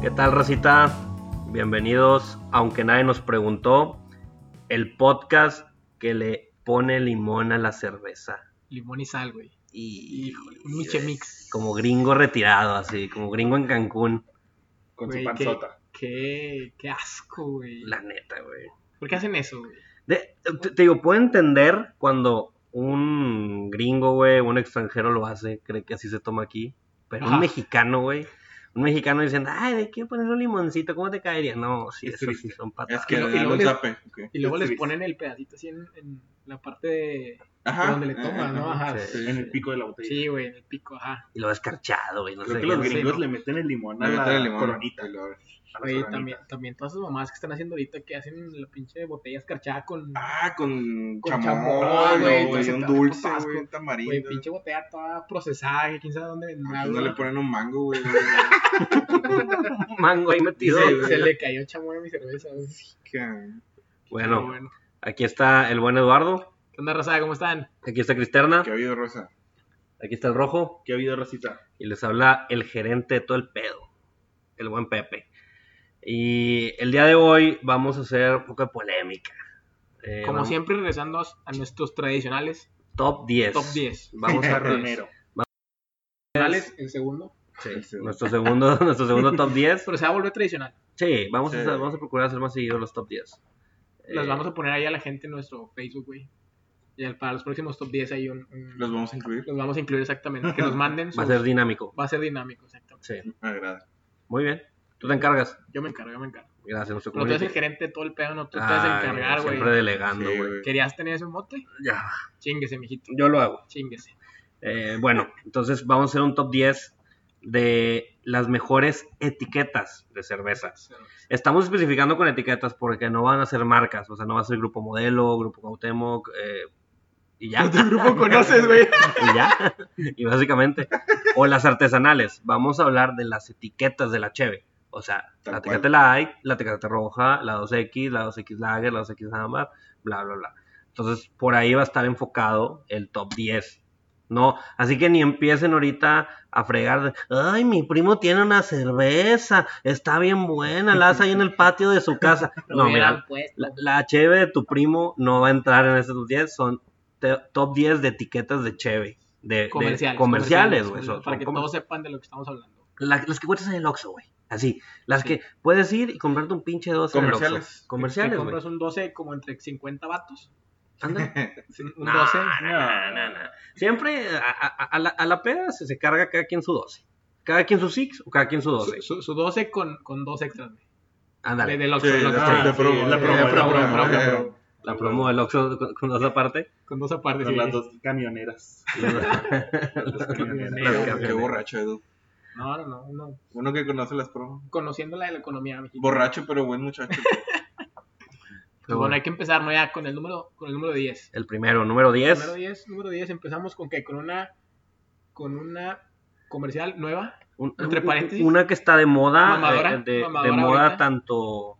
¿Qué tal, Rosita? Bienvenidos, aunque nadie nos preguntó, el podcast que le pone limón a la cerveza. Limón y sal, güey. Y, Híjole, un michemix. Como gringo retirado, así, como gringo en Cancún. con Güey, su qué- panzota. Qué, qué asco, güey. La neta, güey. ¿Por qué hacen eso, güey? De- te, te digo, puedo entender cuando un gringo, güey, un extranjero lo hace, cree que así se toma aquí. Pero Ajá. un mexicano, güey, un mexicano diciendo, ay, ¿de qué poner un limoncito? ¿Cómo te caería? No, sí, Es eso sí triste. son Es patadas. que Ah, Y era luego- y un luego les- zape. ok. Y luego Es les triste. ponen el pedacito así en, en la parte de Ajá, donde le ah, toman, ¿no? ajá. Ajá. sí. En el pico de la botella. Sí, güey, en el pico, ajá. Y lo descarchado, güey, no Creo sé. que yo los no sé, gringos ¿no? le meten el limón a Le la meten el limón. coronita. A las Güey, coronitas. también, también todas esas mamadas que están haciendo ahorita que hacen la pinche botella escarchada con. Ah, con, Con chamorro, chamorro, güey, güey, un entonces, dulce, asco. güey, un tamarindo. Güey, pinche botella toda procesada, que quién sabe dónde vendrá, Entonces Ah, no güey. le ponen un mango, güey. mango ahí Y metido. se, se le cayó chamón a mi cerveza, güey. Que- Pero Bueno, aquí está el buen Eduardo, ¿Qué onda, Rosada? ¿Cómo están? aquí está Cristerna, ¿Qué ha habido, Rosa? aquí está el Rojo. ¿Qué ha habido, Rosita? y les habla el gerente de todo el pedo, el buen Pepe. Y el día de hoy vamos a hacer un poco de polémica. Eh, Como vamos- siempre, regresando a a nuestros tradicionales Top 10. top 10. Vamos a Ronero. Tradicionales, el segundo. sí, nuestro segundo, nuestro segundo top 10. Pero se va a volver tradicional. Sí, vamos, A, Sí. hacer- vamos a procurar hacer más seguido los top 10. Los Eh, vamos a poner ahí a la gente en nuestro Facebook, güey. Y al- para los próximos top 10 hay un... un- Los vamos a incluir. los vamos a incluir exactamente. Que nos manden. Eh, Va a sus- ser dinámico. va a ser dinámico, exactamente. Sí. Me agrada. Muy bien. Tú te encargas. Yo me encargo, yo me encargo. Gracias, nuestro Pero tú eres el community. gerente de todo el pedo, no tú te vas a Ay, encargar, güey. Ah, Siempre delegando, Sí, Ah, güey. güey. ¿Querías tener ese mote? Ya, Chinguese, mijito. yo lo hago. Chinguese. Eh, bueno, entonces vamos a hacer un top 10 de las mejores etiquetas de cerveza. Estamos especificando con etiquetas porque no van a ser marcas, o sea, no va a ser Grupo Modelo, Grupo Cuauhtémoc, eh, y ya, Tu grupo conoces, güey. y ya, y básicamente. O las artesanales, vamos a hablar de las etiquetas de la Cheve, o sea, Tal la cual. Tecate Light, la Tecate Roja, la 2X, la 2X Lager, la 2X Amber, bla, bla, bla. Entonces, por ahí va a estar enfocado el top 10. No, así que ni empiecen ahorita a fregar de, ay, mi primo tiene una cerveza, está bien buena, la hace ahí en el patio de su casa. No, mira, pues, la, la cheve de tu primo no va a entrar en ese top 10, son te- top 10 de etiquetas de cheve, de de Comerciales. comerciales, güey. son- Para son que comer- todos sepan de lo que estamos hablando. la- las que encuentras en el Oxxo, güey. Así, las Sí. que puedes ir y comprarte un pinche 12 en el Oxxo. Comerciales. Comerciales, Te güey. compras un 12 como entre 50 vatos. Ándale. Un Nah, 12. nah, nah, nah. Siempre a, a- a la, a la peda se, se carga cada quien su 12. Cada quien su 6 o cada quien su 12. Su, su- su 12 con, con dos extras, güey. Ándale. De, del Oxxo, Sí, del la, Oxxo. ah, la sí, promo, la de promo, la promo, promo, promo, eh, promo. La promo del Oxxo con, con dos aparte. Con dos aparte. Con sí. las dos camioneras. Las Las camioneras. Qué camioneras. borracho, Edu. No, no, no, no. Uno que conoce las promos. Conociendo la de la economía, mijito. Borracho, pero buen muchacho. Pues bueno, hay que empezar, ¿no? Ya con el número, con el número 10. El primero, número 10. Número 10, número 10, empezamos con que con una, con una comercial nueva. Un- Entre un- paréntesis. Una que está de moda, Mamadora, eh, de, de mamadora moda ahorita. tanto,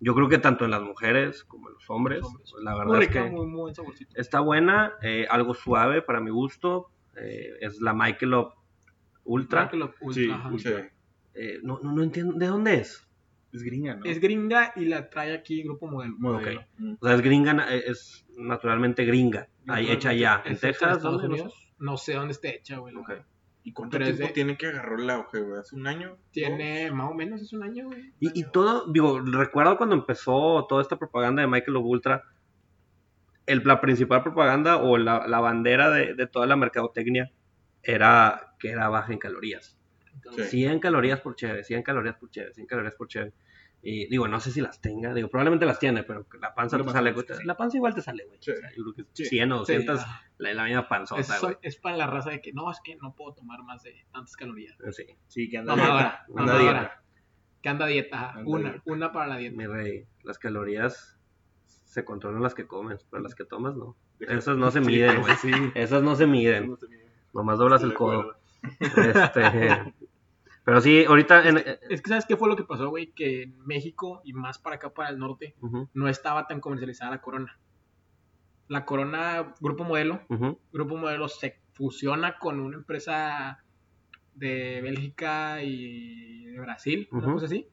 yo creo que tanto en las mujeres como en los hombres. Los hombres. La verdad Muy es que rica, muy, muy buen saborcito. está buena, eh, algo suave para mi gusto. eh, es la Michelob Ultra. Michelob Ultra, Sí, Pues, ajá. sí. Eh, no, no, no entiendo, ¿de dónde es? Es gringa, ¿no? Es gringa y la trae aquí Grupo Modelo. Modelo. Ok. Mm. O sea, es gringa, na- eh, es naturalmente gringa. Ahí Naturalmente. hecha allá, en ¿Es hecha Texas, Estados ¿dónde? No sé. Unidos? No sé dónde esté hecha, güey. la Ok. verdad. ¿Y cuánto Pero es tiempo de- tiene que agarró el auge, güey? ¿Hace un año? Tiene más o menos, es un año, güey. Y, y todo, digo, recuerdo cuando empezó toda esta propaganda de Michael Ultra, el, la principal propaganda o la, la bandera de, de toda la mercadotecnia era que era baja en calorías. Entonces, Sí. 100 calorías por chévere, 100 calorías por chévere, 100 calorías por chévere. Y digo, no sé si las tenga, digo, probablemente las tiene, pero la panza te La panza sale, sí. güey, te- la panza igual te sale, güey. Sí. O sea, yo creo que Sí. 100 o sí, 200, ajá. la, la misma es, panzota, güey. es para la raza de que no, es que no puedo tomar más de tantas calorías. Sí, Sí, que anda. Mamadora, Anda mamadora. Que anda dieta, ajá. Anda una, dieta. una para la dieta. mi rey, las calorías se controlan las que comes, pero las que tomas no. Deja- Esas no se Sí, miden, güey. Sí. Esas no se miden, No se mide. nomás doblas Estoy el de codo. acuerdo. Este, pero sí, ahorita en- Este, eh, Es que, ¿sabes qué fue lo que pasó, güey? Que en México y más para acá, para el norte, ujú, no estaba tan comercializada la corona. La corona, Grupo Modelo, ujú, Grupo Modelo se fusiona con una empresa de Bélgica y de Brasil, Ujú. una cosa así.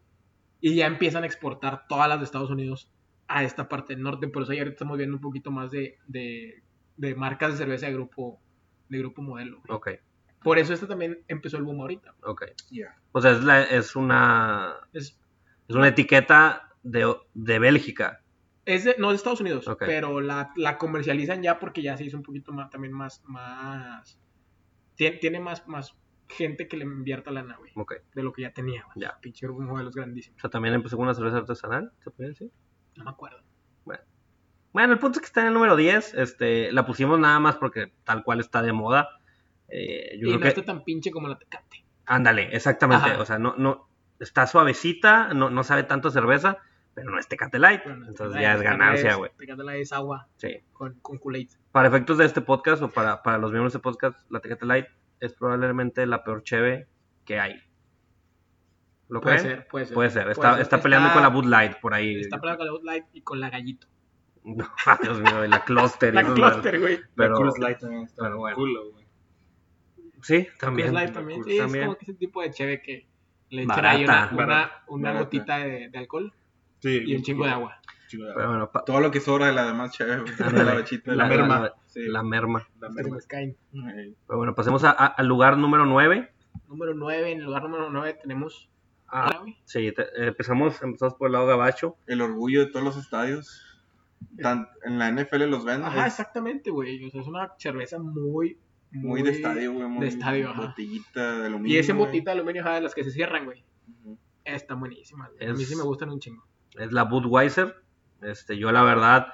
Y ya empiezan a exportar todas las de Estados Unidos a esta parte del norte. Por eso ahí ahorita estamos viendo un poquito más de, de- de marcas de cerveza de grupo, de grupo modelo. güey. Ok, Por eso este también empezó el boom ahorita. ok. Ya. O sea, es, la- es una, Es, es una etiqueta de, de Bélgica. es de- no es de Estados Unidos, Ok. pero la, la comercializan ya porque ya se hizo un poquito más, también más, más, tiene, tiene más, más gente que le invierta lana, güey, Ok. de lo que ya tenía, güey. Ya. Pinche grupo modelos grandísimo. O sea, también empezó con una cerveza artesanal, se puede decir. No me acuerdo. Bueno, el punto es que está en el número 10. Este, la pusimos nada más porque tal cual está de moda. Eh, yo y creo no que. está tan pinche como la Tecate. Ándale, exactamente. Ajá. O sea, no, no, está suavecita, no, no sabe tanto cerveza, pero no es Tecate Light. Pero no está Entonces la- ya es Tecate ganancia, es- güey. Tecate la es agua Sí. con, con Kool-Aid. Para efectos de este podcast o para, para los miembros de este podcast, la Tecate Light es probablemente la peor cheve que hay. ¿Lo Puede creen? ser, puede ser. Puede ser. Puede Está, ser. está peleando Está- con la Bud Light por ahí. Está peleando con la Bud Light y con la Gallito. No, Dios mío, y la Cluster. y La esas Cluster, güey. madres. Pero, La Cruz Light también está pero bueno. culo, güey. Sí, también. Coors Light también. Coors Sí, es también. como que ese tipo de cheve que le echan Barata, ahí una, una- barata, una barata. gotita de, de alcohol Sí. y un chingo de agua. chingo de agua. Pero bueno, pa- Todo lo que sobra de la demás chévere, güey. Ándale. La bachita, La- la, la- merma. la- sí, la merma. la Pero merma. nos caen. Ey. Pero bueno, pasemos a- a- al lugar número 9. Número 9, en el lugar número 9 tenemos. Ah, Ah, güey. sí, te- empezamos, empezamos por el lado gabacho. El orgullo de todos los estadios. Tan- en la NFL los venden. Ajá, es exactamente, güey. O sea, es una cerveza muy. muy de estadio, güey. Muy de estadio, ajá. Botellita de aluminio. Y esa güey. botita de aluminio, ajá, de las que se cierran, güey. Ujú. Están buenísimas. güey. A mí Es- sí me gustan un chingo. es la Budweiser. Este, yo la verdad,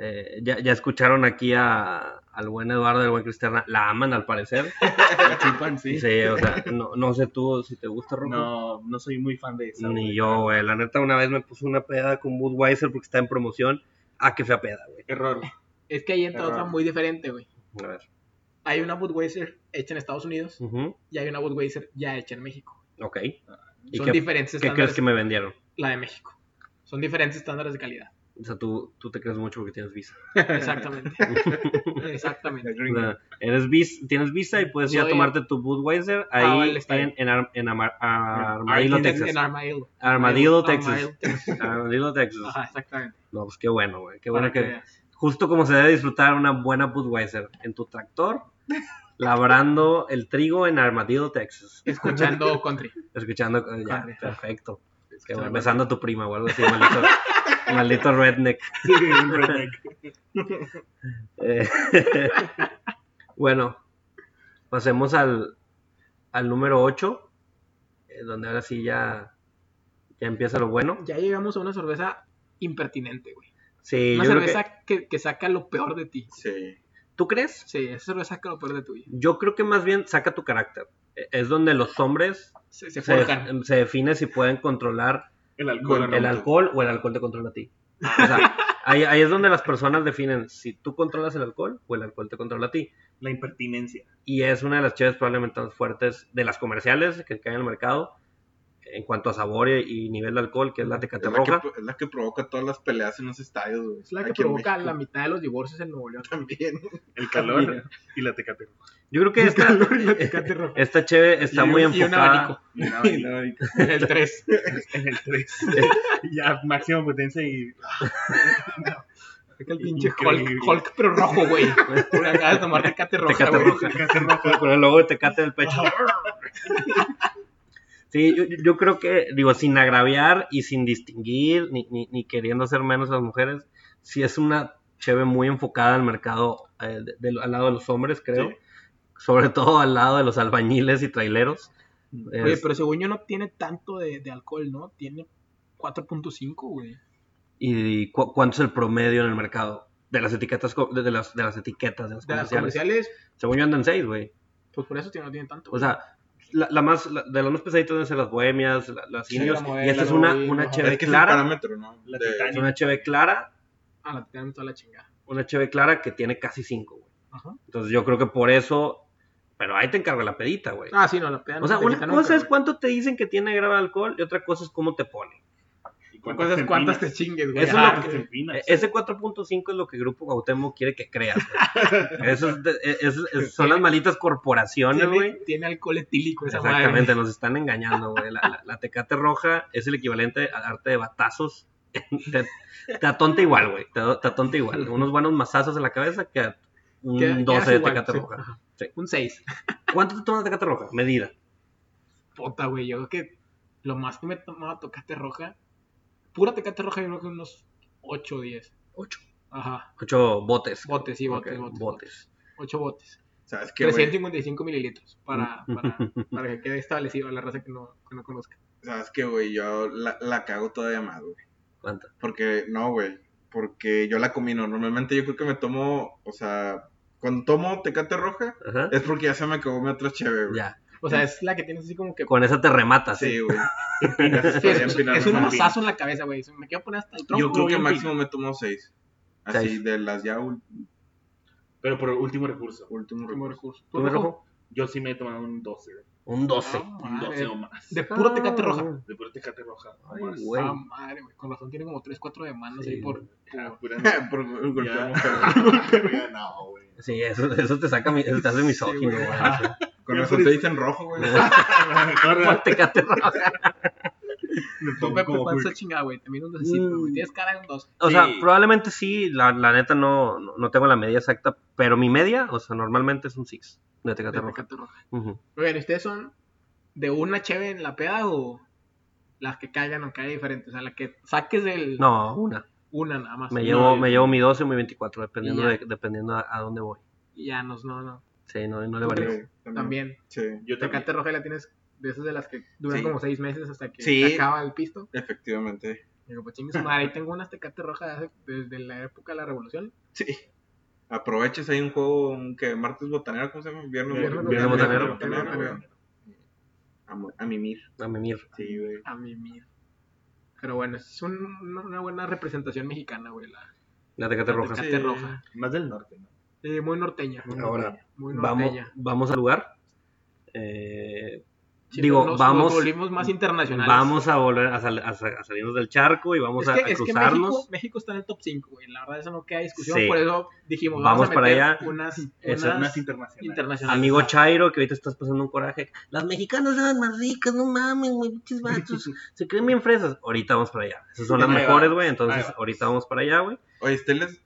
eh, ya, ya escucharon aquí a, al buen Eduardo del buen Cristiana, la aman al parecer. La chupan, sí. Sí, o sea, no, no sé tú si te gusta Rojo. No, no soy muy fan de esa. Ni güey. yo, güey. La neta, una vez me puse una peda con Budweiser porque está en promoción. Ah, qué fea peda, güey. Error. Es que ahí entra Pero- otra muy diferente, güey. A ver. Hay una Budweiser hecha en Estados Unidos Ujú, y hay una Budweiser ya hecha en México. Ok. ¿Y Son qué, diferentes qué crees estándares que me vendieron? la de México. Son diferentes estándares de calidad. O sea, tú, tú te crees mucho porque tienes visa. Exactamente. Exactamente. El O drink. sea, eres vis- tienes visa y puedes ir a Soy- tomarte tu Budweiser ahí Ah, vale, está en, bien. en, Ar- en Amar- a- Amarillo, En- Texas. En Armadillo. Armadillo, Texas. Armadillo, Texas. Armadillo, Texas. Ajá, exactamente. No, pues qué bueno, güey. Qué bueno Para que que. veas. Justo como se debe disfrutar una buena Budweiser en tu tractor, labrando el trigo en Armadillo, Texas. Escuchando country. Escuchando. eh, Ya, Vale. perfecto. Qué bueno, Escuchando besando a tu prima o algo así, maldito, maldito redneck. Sí, un redneck. Eh, bueno, pasemos al, al número 8, donde ahora sí ya, ya empieza lo bueno. Ya llegamos a una cerveza impertinente, güey. Sí, Una yo creo que. cerveza que... Que, saca lo peor de ti. Sí. ¿Tú crees? Sí, esa cerveza saca lo peor de tu vida. Yo creo que más bien saca tu carácter. E- Es donde los hombres Se, se se, forjan. se define si pueden controlar El alcohol. Con- el alcohol o el alcohol te controla a ti. O sea, ahí, ahí es donde las personas definen si tú controlas el alcohol o el alcohol te controla a ti. La impertinencia. Y es una de las cheves probablemente más fuertes de las comerciales que caen en el mercado en cuanto a sabor y, y nivel de alcohol, que es la Es tecate la, roja. que, es la que provoca todas las peleas en los estadios, güey. Es la que Aquí en provoca México la mitad de los divorcios en Nuevo León. también. El calor y la tecate. Yo creo que esta, Tecate roja. esta cheve está Y un- muy y un enfocada. abanico. No, no, y- El 3. En el 3. ya, máxima potencia y. El pinche Increíble. Hulk, Hulk, pero rojo, güey. Por acá de tomar tecate roja, Tecate güey. roja. Tecate roja. con el logo de Tecate en el pecho. Sí, yo, yo creo que, digo, sin agraviar y sin distinguir, ni, ni, ni queriendo hacer menos a las mujeres, sí es una cheve muy enfocada al mercado, eh, de- del- al lado de los hombres, creo. Sí. Sobre todo al lado de los albañiles y traileros. Oye, Es- pero según yo no tiene tanto de, de alcohol, ¿no? Tiene 4.5, güey. ¿Y cu- cuánto es el promedio en el mercado? De las etiquetas, co- de, de las, de las etiquetas, de las De las comerciales. comerciales, Según yo andan seis, güey. pues por eso tiene- no tiene tanto. O sea, la, la más, la- de las más pesaditas deben ser las bohemias, la- las Sí, indios. la y modelo, esta es una, güey, una ajá. cheve Es que es el clara. parámetro, ¿no? La De- Es Titanic. una cheve clara, a Ah, la tienen toda la chingada. una cheve clara que tiene casi cinco, güey. Ajá. Entonces yo creo que por eso. Pero ahí te encarga la pedita, güey. Ah, sí, no, la peda no o sea, te una quita cosa nunca, es güey. cuánto te dicen que tiene grado de alcohol y otra cosa es cómo te pone. ¿Y ¿Cuántas, te cuántas te empinas? chingues, güey? Eso Ajá, es ¿Cuántas que- te empinas? E- Ese 4.5 es lo que Grupo Cuauhtémoc quiere que creas. güey. Eso es de- e- es- es- son las malitas corporaciones, tiene, güey. tiene alcohol etílico Pues, esa madre. Exactamente, nos están engañando, güey. La, la- la tecate roja es el equivalente al arte de batazos. Te, te atonta igual, güey. Te, te atonta igual. Unos buenos mazazos en la cabeza que un Queda- quedas 12 de igual, tecate sí. roja. Un 6. ¿Cuánto te toma la tecate roja? Medida. Puta, güey. Yo creo que lo más que me tomaba tocate roja, pura tecate roja, yo creo que unos 8 o 10. 8. Ajá. 8 botes. Botes, sí, botes, Ok, botes, botes. 8 botes. ¿Sabes qué, güey? 355 mililitros para, para, para que quede establecido a la raza que no, que no conozca. ¿Sabes qué, güey? Yo la, la cago todavía más, güey. ¿Cuánto? Porque, no, güey. Porque yo la combino. Normalmente yo creo que me tomo, o sea, cuando tomo tecate roja, Ajá. es porque ya se me acabó mi otra chévere, güey. Ya. O sea, es la que tienes así como que. Con esa te rematas. ¿eh? Sí, güey. Sí, Todavía es, empinar es no un me mazazo en la cabeza, güey. Me quiero poner hasta el tronco. Yo creo güey, que en máximo me tomo seis. Así Seis. de las ya ul- Pero por último recurso, último fin, como recurso. recurso. ¿Tú, mi rojo? yo sí me he tomado un 12. güey. Un Ah, 12. Ah, Un 12 madre. o más. De Ah, puro tecate roja. De pura tecate roja. o eh, Ay, más. güey. Ah, madre, güey. Con razón tiene como 3, 4 demandas Sí. ahí por. Ah, pura- Por el golpe Ya. de mujer. No, güey. Sí, eso, eso te saca, mi- eso te hace misógino, güey. güey. Con Ya eso por te el- dicen rojo, güey. Corre. Tecate roja. Me Tú, tomo Pepe, como para esa Hulk. chingada, güey. También un docecito, güey. Mm. Tienes cara de un 12. O sea, Sí. probablemente sí, la, la neta no, no, no tengo la media exacta, pero mi media, o sea, normalmente es un 6 de Tecate De roja. Tecate roja. Ujú. Oigan, ¿ustedes son de una cheve en la peda o las que caigan o caigan diferentes? O sea, la que saques del. No, una. Una nada más. Me Y llevo, yo- me llevo mi 12 o mi 24, dependiendo, ya. de, dependiendo a, a dónde voy. Ya, no, no, no. Sí, no, no le ¿Tú varío. crees? Mm. También. Sí, Yo también. Tecate roja la tienes de esas de las que duran Sí. como 6 meses hasta que Sí. se acaba el pisto. efectivamente. Digo, pues chingue su madre, ahí tengo unas tecate rojas de hace- desde la época de la revolución. Sí. Aprovechas, hay un juego un que martes botanero, ¿cómo se llama? Viernes, Viernes Viernes botanero. Viernes güey. botanero. A, mo- a mimir. A mimir. Sí, güey. A mí mira. Pero bueno, es un- una, una buena representación mexicana, güey, la La Tecate la roja. tecate Sí. roja. Más del norte, ¿no? Eh, muy norteña. Muy Ahora, norteña, muy Vamos, norteña. vamos al lugar. Eh, Sí, digo, nos- vamos- Nos volvimos más internacionales. vamos a volver a, sal- a sa- a salirnos del charco y vamos Es a, que, a es que cruzarnos. México, México está en el top 5, güey. La verdad, eso no queda discusión. Sí. Por eso dijimos, Vamos vamos, a para meter allá. unas, Eso, unas Más internacional. internacionales. Amigo Chairo, que ahorita estás pasando un coraje. Las mexicanas saben más ricas, no mames, güey, pinches vatos. Se creen bien fresas. Ahorita vamos para allá. Esas son las Ahí va, mejores, güey. Entonces, ahí va. ahorita vamos para allá, güey. Oye, este Esteles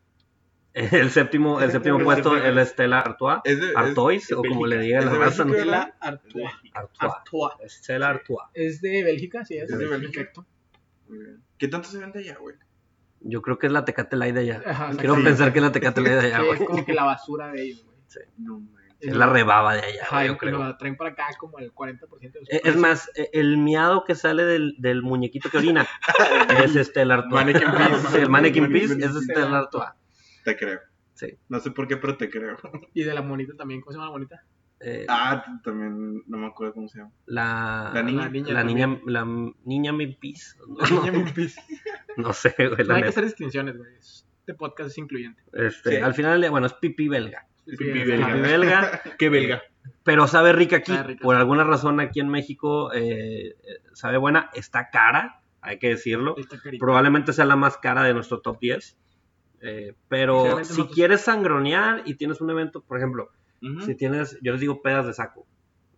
El séptimo, el séptimo Sí, puesto, sí, sí. el Estela Artois. es de. es- Artois, o como le diga Bélgica. Es la de raza. ¿no? Bélgica. Estela Artois. Artois. Artois. Estela Artois. Es de Bélgica, sí, es, Es de Bélgica. Perfecto. ¿Qué tanto se vende allá, güey? Yo creo que es la Tecate Light de allá. Ajá, Quiero Ah, sí. pensar que es la Tecate Light de allá, Sí, güey. es como que la basura de ellos, güey. No, güey. Es la rebaba de allá, Ajá, güey, y yo creo. lo traen para acá como el 40% de los Eh, Es más, eh, el miado que sale del, del muñequito que orina es Estela Artois. Mannequin Peace. Sí, el Mannequin Peace es Mannequin Estela Artois. Te creo. Sí. No sé por qué, pero te creo. Y de la monita también, ¿cómo se llama la monita? Eh, Ah, t- también no me acuerdo cómo se llama. la, La niña. la niña, la niña, mi pis. No, no sé, güey, No la hay que neta. hacer distinciones, güey. Este podcast es incluyente. Este, Sí. Al final, bueno, es pipí belga. Bien, belga. ajá. Pipí belga, Qué belga. pero sabe rica aquí. Sabe rica. Por alguna razón, aquí en México eh, eh, sabe buena. Está cara, hay que decirlo. Está carita. Probablemente sea la más cara de nuestro top 10. Eh, pero Sinceramente, si nosotros- quieres sangronear y tienes un evento, por ejemplo, Ujú. si tienes, yo les digo pedas de saco.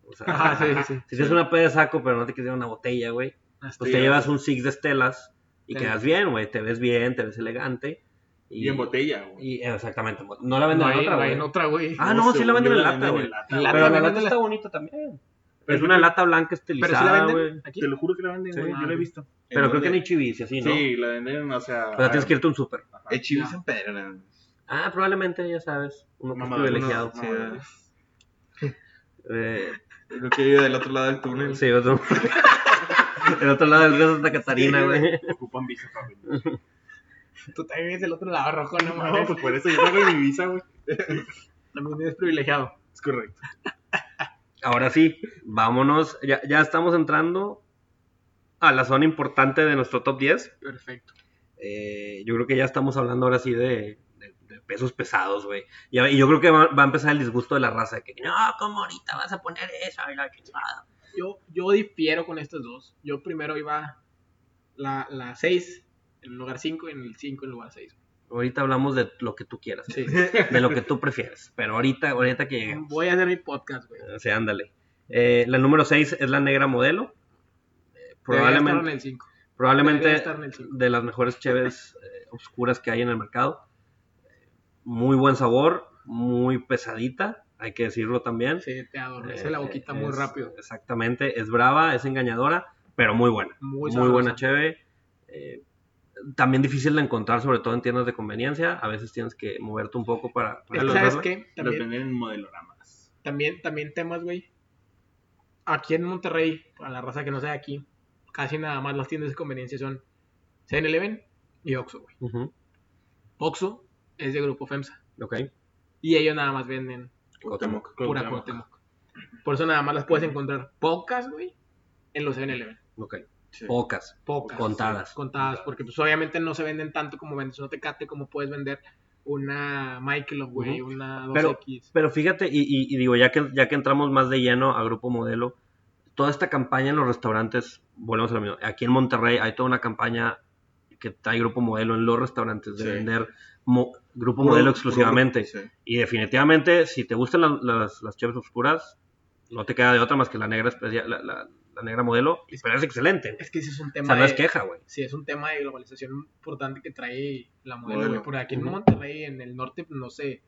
O sea, Ajá, sí, sí, sí. Si tienes una peda de saco, pero no te quieres llevar una botella, güey. Pues te Sí, llevas un six de estelas y Sí. quedas bien, güey. Te ves bien, te ves elegante. Y, Y en botella, güey. y- exactamente. en bot- No la No venden en hay, otra, no hay güey. en otra, güey. Ah, Ah, no, sí la venden en Yo lata, güey. en lata, En güey. Pero la lata. venden lata en está bonita también. Pero Es una creo- lata blanca Pero sí la estilizada, güey. venden aquí. Te lo juro que la venden, Sí. güey. Yo la he visto. Pero creo que en dónde? H-E-B, si así, ¿no? Sí, la venden, o sea. O sea, tienes que irte a un súper. Ajá. Eh, Chivas en Pedra. Ah, probablemente, ya sabes. Uno más Mamá, privilegiado. uno- mamá. Eh, Lo que vive del otro lado del túnel. sí, otro. El otro lado del río Santa Catarina, güey. Ocupan visa para venir. Tú también vienes del otro lado, rojo, no No, mames. pues por eso yo tengo mi visa, güey. También eres privilegiado. Es correcto. Ahora sí, vámonos. Ya, ya estamos entrando a la zona importante de nuestro top 10. Perfecto. Eh, yo creo que ya estamos hablando ahora sí de, de- de pesos pesados, güey. Y, a- y yo creo que va, va a empezar el disgusto de la raza, de que no, ¿cómo ahorita vas a poner eso? Y la chingada?". Yo, yo difiero con estas dos. Yo primero iba la, la 6 en el lugar 5 y en el 5 en el lugar 6. Ahorita hablamos de lo que tú quieras, Sí. de lo que tú prefieres, pero ahorita, ahorita que lleguemos. Voy a hacer mi podcast, güey. O sea, ándale. Eh, la número 6 es la negra modelo. Eh, Probablemente. probablemente en el 5. probablemente debería estar en el cinco. de las mejores cheves eh, oscuras que hay en el mercado. Eh, Muy buen sabor, muy pesadita, hay que decirlo también. Sí, te adormece Eh, la boquita muy es- rápido. Exactamente, es brava, es engañadora, pero muy buena. Muy, Muy, sabrosa. buena cheve. Eh, también difícil de encontrar, sobre todo en tiendas de conveniencia. A veces tienes que moverte un poco para, para Es que, ¿Sabes lograrla. qué? Lo También, tendré en modeloramas. también, también temas, güey. Aquí en Monterrey, a la raza que no sea de aquí, casi nada más las tiendas de conveniencia son 7-Eleven y Oxxo, güey. Ujú, Oxxo es de Grupo FEMSA. ok. Y ellos nada más venden Cuauhtémoc. pura Cuauhtémoc. Por eso nada más las puedes encontrar pocas, güey, en los 7-Eleven. Ok. Sí. Pocas. Pocas. Contadas. sí, Contadas, porque pues obviamente no se venden tanto como vendes una Tecate, como puedes vender una Michelob, güey, Ujú. una 2X. Pero- Pero fíjate, y, y- y digo, ya que, ya que entramos más de lleno a Grupo Modelo, toda esta campaña en los restaurantes, volvemos a lo mismo, aquí en Monterrey hay toda una campaña que trae Grupo Modelo en los restaurantes, de Sí. vender mo- Grupo Puro- Modelo puro- exclusivamente. sí. Y definitivamente, si te gustan la- las, las chefs oscuras, no te queda de otra más que la negra especia- la, la- la negra modelo, y- pero es excelente. Es que ese es un O tema. sea, no es de- queja, güey. Sí, es un tema de globalización importante que trae la modelo, Modelo. güey. Porque aquí en Ujú. Monterrey, en el norte, pues, no se,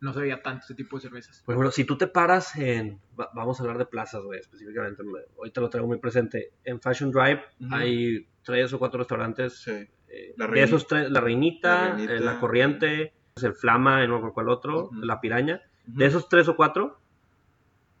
no se veía tanto ese tipo de cervezas. Por ejemplo, si tú te paras en. va- vamos a hablar de plazas, güey, específicamente. me- Ahorita lo traigo muy presente. En Fashion Drive Ujú. hay tres o cuatro restaurantes. Sí. eh, La de Reini- esos tres, la Reinita, eh, la, La Reinita. Corriente, pues, el Flama, y no recuerdo cuál otro, Ujú. la Piraña. Ujú. De esos tres o cuatro,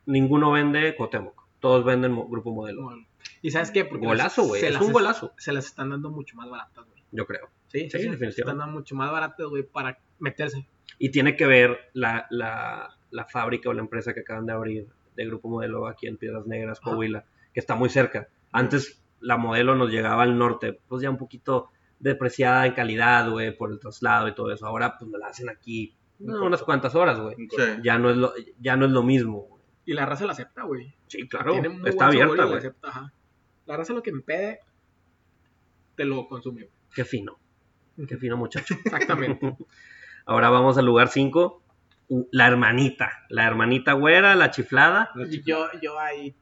ninguno vende Cotemoc. Todos venden mo- Grupo Modelo. Modelo. ¿Y sabes qué? Porque Golazo, las- güey. se Es las un es- golazo, Se las están dando mucho más baratas, güey. yo creo. Sí, Sí, se las definitivamente. están dando mucho más baratas, güey, para meterse. Y tiene que ver la, la- la fábrica o la empresa que acaban de abrir de Grupo Modelo aquí en Piedras Negras, Ajá. Coahuila, que está muy cerca. Antes la modelo nos llegaba al norte, pues ya un poquito depreciada en calidad, güey, por el traslado y todo eso. Ahora pues nos la hacen aquí no, unas cuantas horas, güey. Sí. Ya no es lo, ya no es lo mismo, güey. Y la raza la acepta, güey. Sí, claro. Tiene muy Está buen sabor y abierta, la güey. acepta, ajá. La raza lo que empede, te lo consume, güey. Qué fino. Qué fino, muchacho. Exactamente. Ahora vamos al lugar 5. La hermanita. La hermanita güera, la chiflada. Y yo, yo ahí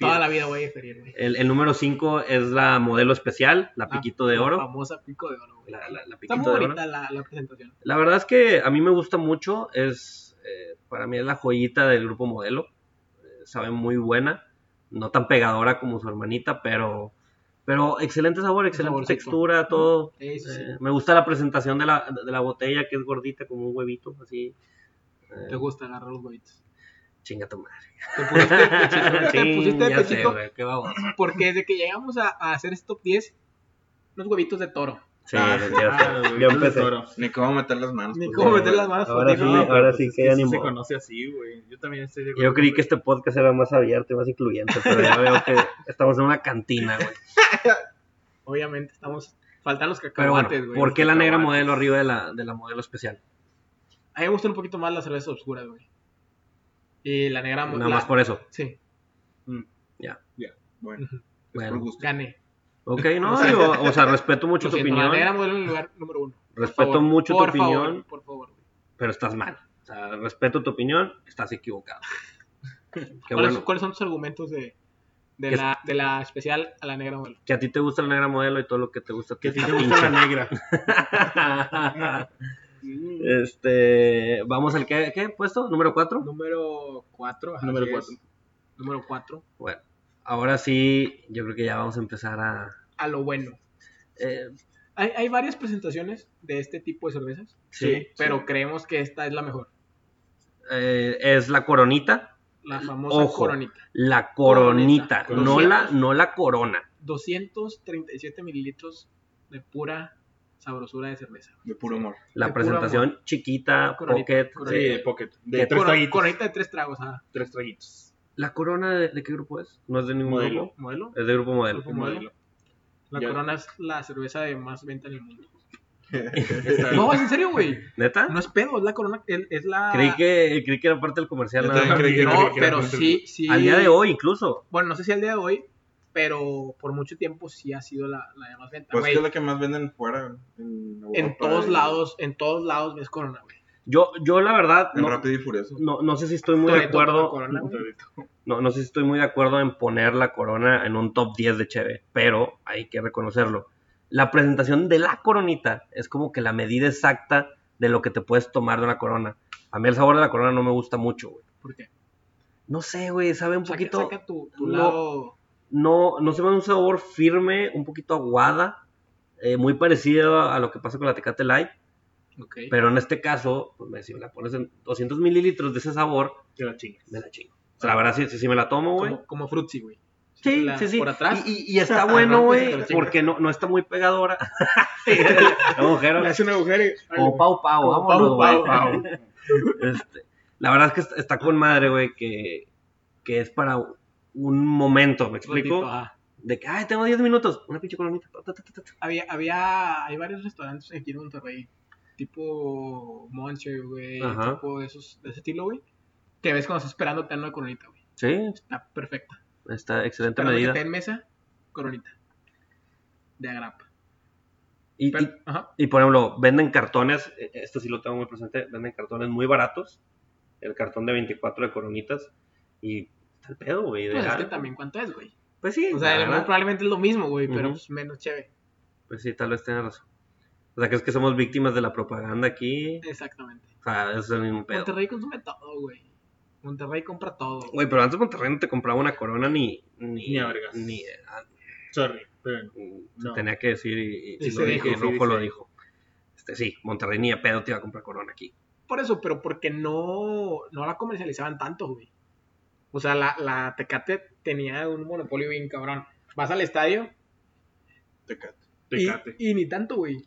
toda la vida voy a diferir, güey. El, el número 5 es la modelo especial, la La- Piquito de Ah, la Oro. famosa pico de oro, güey. La, la- la Está Piquito muy de Oro. bonita la, la presentación. La verdad es que a mí me gusta mucho. Es, eh, para mí es la joyita del grupo modelo. Eh, sabe muy buena. No tan pegadora como su hermanita, pero, pero excelente sabor, excelente saborcito. textura, todo. Sí, sí, sí. Eh, me gusta la presentación de la, de la botella, que es gordita como un huevito, así. Eh, Te gusta agarrar los huevitos. Chinga tu madre. Te pusiste de pechito, te Sí, pusiste de ya sé, pechito, güey, qué baboso. porque desde que llegamos a, a hacer este top 10, unos huevitos de toro. Sí, Ah, ya sé. Yo empecé. Ni cómo meter las manos. Ni pues, cómo güey. meter las manos. Ahora porque no, pues sí, pues ahora sí, que ya ni se modo. conoce así, güey. Yo también estoy de acuerdo Yo creí que con- este podcast era más abierto y más incluyente, pero ya veo que estamos en una cantina, güey. Obviamente, estamos. Faltan los Pero bueno, cacahuates, güey. ¿por qué la negra cacahuates. modelo arriba de la, de la modelo especial? A mí me gustan un poquito más las cervezas oscuras, güey. Y la negra. Nada la- más por eso. Sí, Ya. Bueno, es por Bueno. gusto. gané. Ok, no, digo, o sea, respeto mucho Lo tu siento, La negra opinión, modelo en el lugar número uno. Por Respeto favor, mucho tu por opinión. Favor, por favor, güey. pero estás mal. O sea, respeto tu opinión, estás equivocado. Qué ¿Cuáles, bueno. cuáles son tus argumentos de, de, Que- la, de la especial a la negra modelo? Que a ti te gusta la negra modelo y todo lo que te gusta a ti Que si está te gusta pinche. la negra. Este, vamos al que, ¿qué puesto? ¿Número 4? Número 4. Número cuatro. Número 4. Bueno, ahora sí, yo creo que ya vamos a empezar a... A lo bueno. eh, Hay, hay varias presentaciones de este tipo de cervezas, sí, pero creemos que esta es la mejor. eh, es la coronita, La famosa Ojo. coronita. la coronita, Coronita. No, la, Coronita. no la corona. 237 mililitros de pura sabrosura de cerveza. De puro amor. La De puro presentación chiquita, Coronita, pocket. Sí, coronita. sí. de pocket. De Que tres Coro- traguitos. Coronita de tres tragos, ah. Tres traguitos. ¿La corona de, de qué grupo es? No es de ningún Modelo. grupo. Modelo. Es de grupo modelo. Grupo modelo. La Ya. corona es la cerveza de más venta en el mundo. Está- No, es en serio, güey. ¿Neta? No es pedo, es la corona. Es, es la. Creí, que, creí que era parte del comercial. Yo nada también más. creí que- No, creí que era pero parte sí, sí. Al día de hoy, incluso. Bueno, no sé si al día de hoy, pero por mucho tiempo sí ha sido la, la más venta. Pues güey. que es la que más venden fuera. En, en Europa todos y- lados, en todos lados ves corona, güey. Yo, yo la verdad, En no, Rápido y Furioso. no, no sé si estoy muy de Toreto con acuerdo. Corona, güey. No, no sé si estoy muy de acuerdo en poner la corona en un top 10 de Cheve, pero hay que reconocerlo. La presentación de la coronita es como que la medida exacta de lo que te puedes tomar de una corona. A mí el sabor de la corona no me gusta mucho, güey. ¿Por qué? No sé, güey, sabe un Saca- poquito... saca tu, tu no. lado. No, no se ve un sabor firme, un poquito aguada, eh, muy parecido a, a lo que pasa con la Tecate Light, Ok. pero en este caso, pues, me- si me la pones en 200 mililitros de ese sabor, Te la chingas. me la chingo. O sea, la verdad sí, sí, sí me la tomo, güey. como, como Fruitsy, güey. Sí, La- sí, sí. Por atrás. Y, y- y está bueno, Arrancas y te güey, lo chingas. pues, porque no, no está muy pegadora. Agujero. Le hace un agujero y- eh, Como Pau Pau, Como vámonos, Pau Pau. güey. Este, la verdad es que está, está con madre, güey, que, que es para un momento, ¿me Ratito, explico? ajá. De que, ay, tengo 10 minutos, una pinche colonita. ta, ta, ta, ta, ta. Había, había, hay varios restaurantes aquí en Monterrey, tipo Monche, güey, Ajá. tipo de, esos, de ese estilo, güey, que ves cuando estás esperando te dan una coronita, güey. Sí, Está perfecta. está excelente Esperando que medida. te en mesa, coronita. De agrapa. Y, Pero- y- ajá. y, por ejemplo, venden cartones, eh, esto sí lo tengo muy presente, venden cartones muy baratos. El cartón de 24 de coronitas. Y está el pedo, güey. de, Pues es ah, que también cuánto es, güey. Pues sí, O sea, la muy verdad, probablemente es lo mismo, güey, pero Ujú. pues menos chévere. pues sí, tal vez tengas razón. O sea, ¿crees que somos víctimas de la propaganda aquí? Exactamente. O sea, es el mismo pedo. Monterrey consume todo, güey. Monterrey compra todo. güey. Güey, pero antes Monterrey no te compraba una corona ni... Ni, Ni a vergas. ni- ah, Sorry, pero se No. tenía que decir y, y- Y si se lo dijo, dijo, sí, Rojo lo sí. dijo. Este, sí, Monterrey ni a pedo te iba a comprar corona aquí. Por eso, pero porque no, no la comercializaban tanto, güey. O sea, la, la Tecate tenía un monopolio bien cabrón. Vas al estadio Tecate. y, tecate. y ni tanto, güey.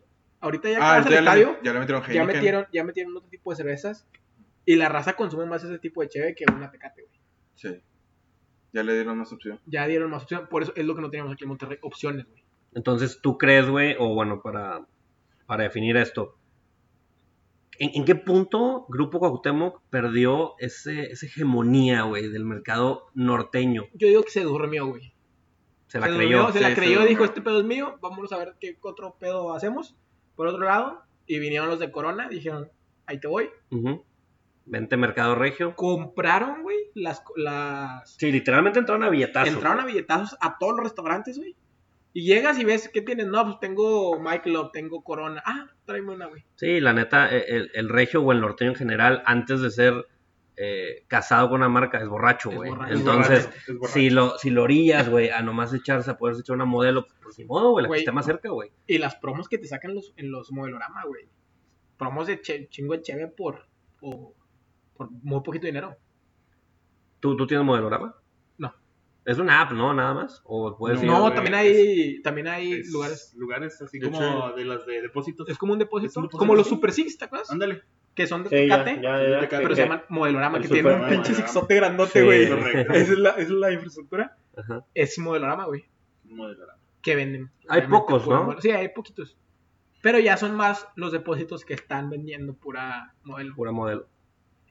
Ahorita ya que Ah, vas al ya, estadio, le, ya le metieron ya, Heineken. metieron, ya metieron otro tipo de cervezas y la raza consume más ese tipo de cheve que una Tecate, güey. Sí. Ya le dieron más opción. Ya dieron más opciones, por eso es lo que no teníamos aquí en Monterrey, opciones, güey. Entonces, ¿tú crees, güey? O bueno, para, para definir esto. ¿En, en qué punto Grupo Cuauhtémoc perdió ese, esa hegemonía, güey, del mercado norteño? Yo digo que se durmió, güey. Se la se creyó. durmió, se la sí, se creyó, durmió. dijo, este pedo es mío, vámonos a ver qué otro pedo hacemos. Por otro lado, y vinieron los de Corona, dijeron, ahí te voy, Ujú. Vente Mercado Regio. compraron, güey, las, las... Sí, literalmente entraron a billetazos. Entraron a billetazos a todos los restaurantes, güey. Y llegas y ves, ¿qué tienes? No, pues tengo Michael Love, tengo Corona. Ah, tráeme una, güey. Sí, la neta, eh, el, el regio o el norteño en general, antes de ser eh, casado con una marca, es borracho, Es güey. borracho. Entonces, Es borracho. si lo, si lo orillas, güey, a nomás echarse a poderse echar una modelo, pues ni modo, güey, la Güey. que esté más cerca, güey. Y las promos que te sacan los, en los modelorama, güey. Promos de che- chingo de cheve por, por, por muy poquito dinero. ¿Tú, ¿Tú tienes modelorama? No. Es una app, ¿no? Nada más. O puedes Sí, ir- no, güey, también es- hay, también hay Es lugares. Lugares así De como hecho, de las de depósitos. Es como un depósito. es un depósito, como los sí. Super Six, ¿te acuerdas? Ándale. Que son de Sí, ya, Tecate, ya, ya, Tecate, que- pero se que- llaman modelorama, el que tienen un Super- pinche Modelorama. sixote grandote, Sí. güey. Correcto. Esa es la, esa es la infraestructura. Ajá. Es modelorama, güey. Modelorama. que venden. Hay Obviamente, pocos, pura ¿no? modelo. Sí, hay poquitos. Pero ya son más los depósitos que están vendiendo pura modelo. Pura modelo.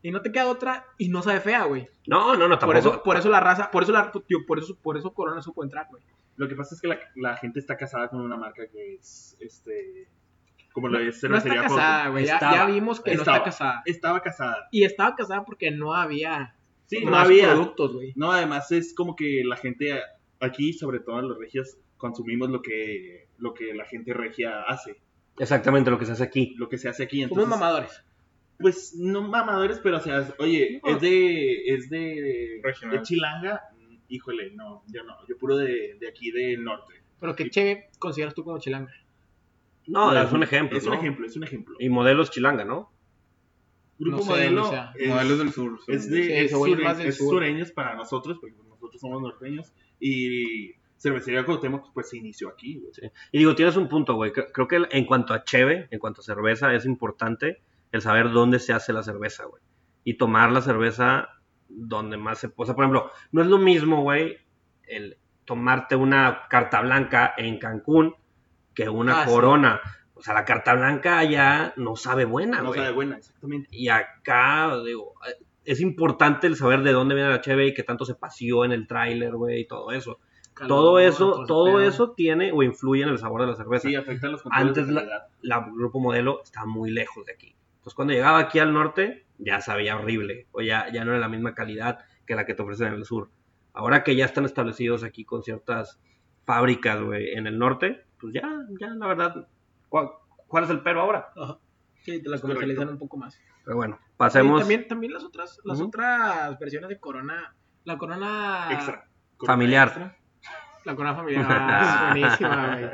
Y no te queda otra y no sabe fea, güey. No, no, no, tampoco. Por eso, por eso la raza, por eso la, tío, por eso, por eso Corona supo entrar, güey. Lo que pasa es que la, la gente está casada con una marca que es este como lo es No está cervecería Cuauhtémoc. casada, güey. Ya, Estaba. ya vimos que no Estaba. está casada. Estaba casada. Y estaba casada porque no había Sí, no más había. productos, güey. No, además es como que la gente a- aquí, sobre todo en los regios, consumimos lo que lo que la gente regia hace, Exactamente lo que se hace aquí. lo que se hace aquí. Somos Entonces, mamadores. pues no mamadores, pero o sea, oye, No. es de es de, Regional. de Chilanga, mm, híjole, no, yo no, yo puro de, de aquí del norte. Pero qué chévere consideras tú como chilanga. No, La- es un ejemplo. Es ¿no? un ejemplo, es un ejemplo. Y modelos chilanga, ¿no? Grupo No sé, modelo o sea, es, Modelos del sur. son- es de Sí, es se vuelve sure- más del es sur. sureños para nosotros, porque nosotros somos norteños y cervecería Cuauhtémoc pues se inició aquí, güey. Y digo, tienes un punto, güey. Cre- Creo que en cuanto a cheve, en cuanto a cerveza, es importante el saber dónde se hace la cerveza, güey. Y tomar la cerveza donde más se... O sea, por ejemplo, no es lo mismo, güey, el tomarte una carta blanca en Cancún que una Ah, sí. corona. O sea, la carta blanca allá no sabe Ah, buena, no güey. sabe buena, exactamente. Y acá, digo, eh, es importante el saber de dónde viene la cheve y qué tanto se paseó en el tráiler, güey, y todo eso. calor, todo eso, ese todo pedo. eso tiene o influye en el sabor de la Pues, cerveza. Sí, afecta a los controles Antes de la- calidad. la Grupo Modelo está muy lejos de aquí. Entonces, cuando llegaba aquí al norte, ya sabía horrible, o ya, ya no era la misma calidad que la que te ofrecen en el sur. Ahora que ya están establecidos aquí con ciertas fábricas, güey, en el norte, pues ya, ya, la verdad, ¿cuál, cuál es el pero ahora? Ajá. Sí, te la comercializan un poco más. Pero bueno, Y pasemos también, también las otras, las Ujú. otras versiones de Corona, la Corona Extra. familiar. La corona familiar. Ah, es buenísima, güey.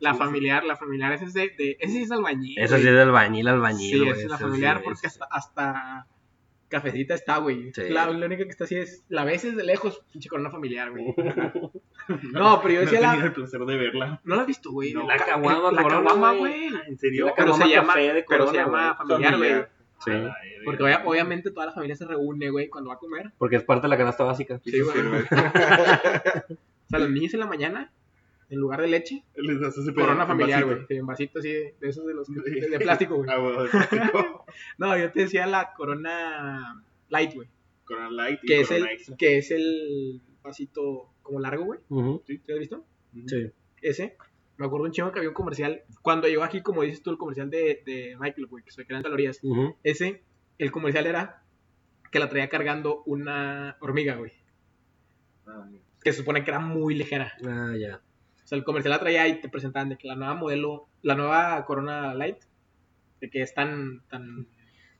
La familiar, la familiar. Ese es de. de- ese sí es albañil. Esa sí güey. es del bañil al bañil, Sí, güey, es la esa familiar sí porque es- hasta, hasta cafecita está, güey. Sí. La, la única que está así es. La ves desde lejos, pinche corona familiar, güey. No, pero yo no he decía tenido la. el placer de verla. No la has visto, güey. No. Ca- La caguama, La Corona, caguama, güey. güey. ¿En serio? La Pero se caguama llama, café de pero se Corona, llama güey. familiar, güey. Familiar. Sí, A la verga. Porque obvia- obviamente toda la familia se reúne, güey, cuando va a comer. porque es parte de la canasta básica. Sí, güey. sirve. O sea, los niños en la mañana, en lugar de leche, Les das ese pedazo, corona un familiar, vasito. güey. Sí, en vasito así de, de esos de los de, de plástico, güey. Ah, bueno, de plástico. No, yo te decía la corona light, güey. Corona Light y Que es el Corona Extra. que es el vasito como largo, güey. Ujú, ¿Te has visto? Sí. Ese. Me acuerdo un chingo que había un comercial. Cuando llegó aquí, como dices tú, el comercial de, de Michael, güey, que se crean calorías. ujú. Ese, el comercial era que la traía cargando una hormiga, güey. Ah, mira. Que se supone que era muy ligera. Ah, ya. O sea, el comercial la traía y te presentaban de que la nueva modelo, la nueva Corona Light, de que es tan, tan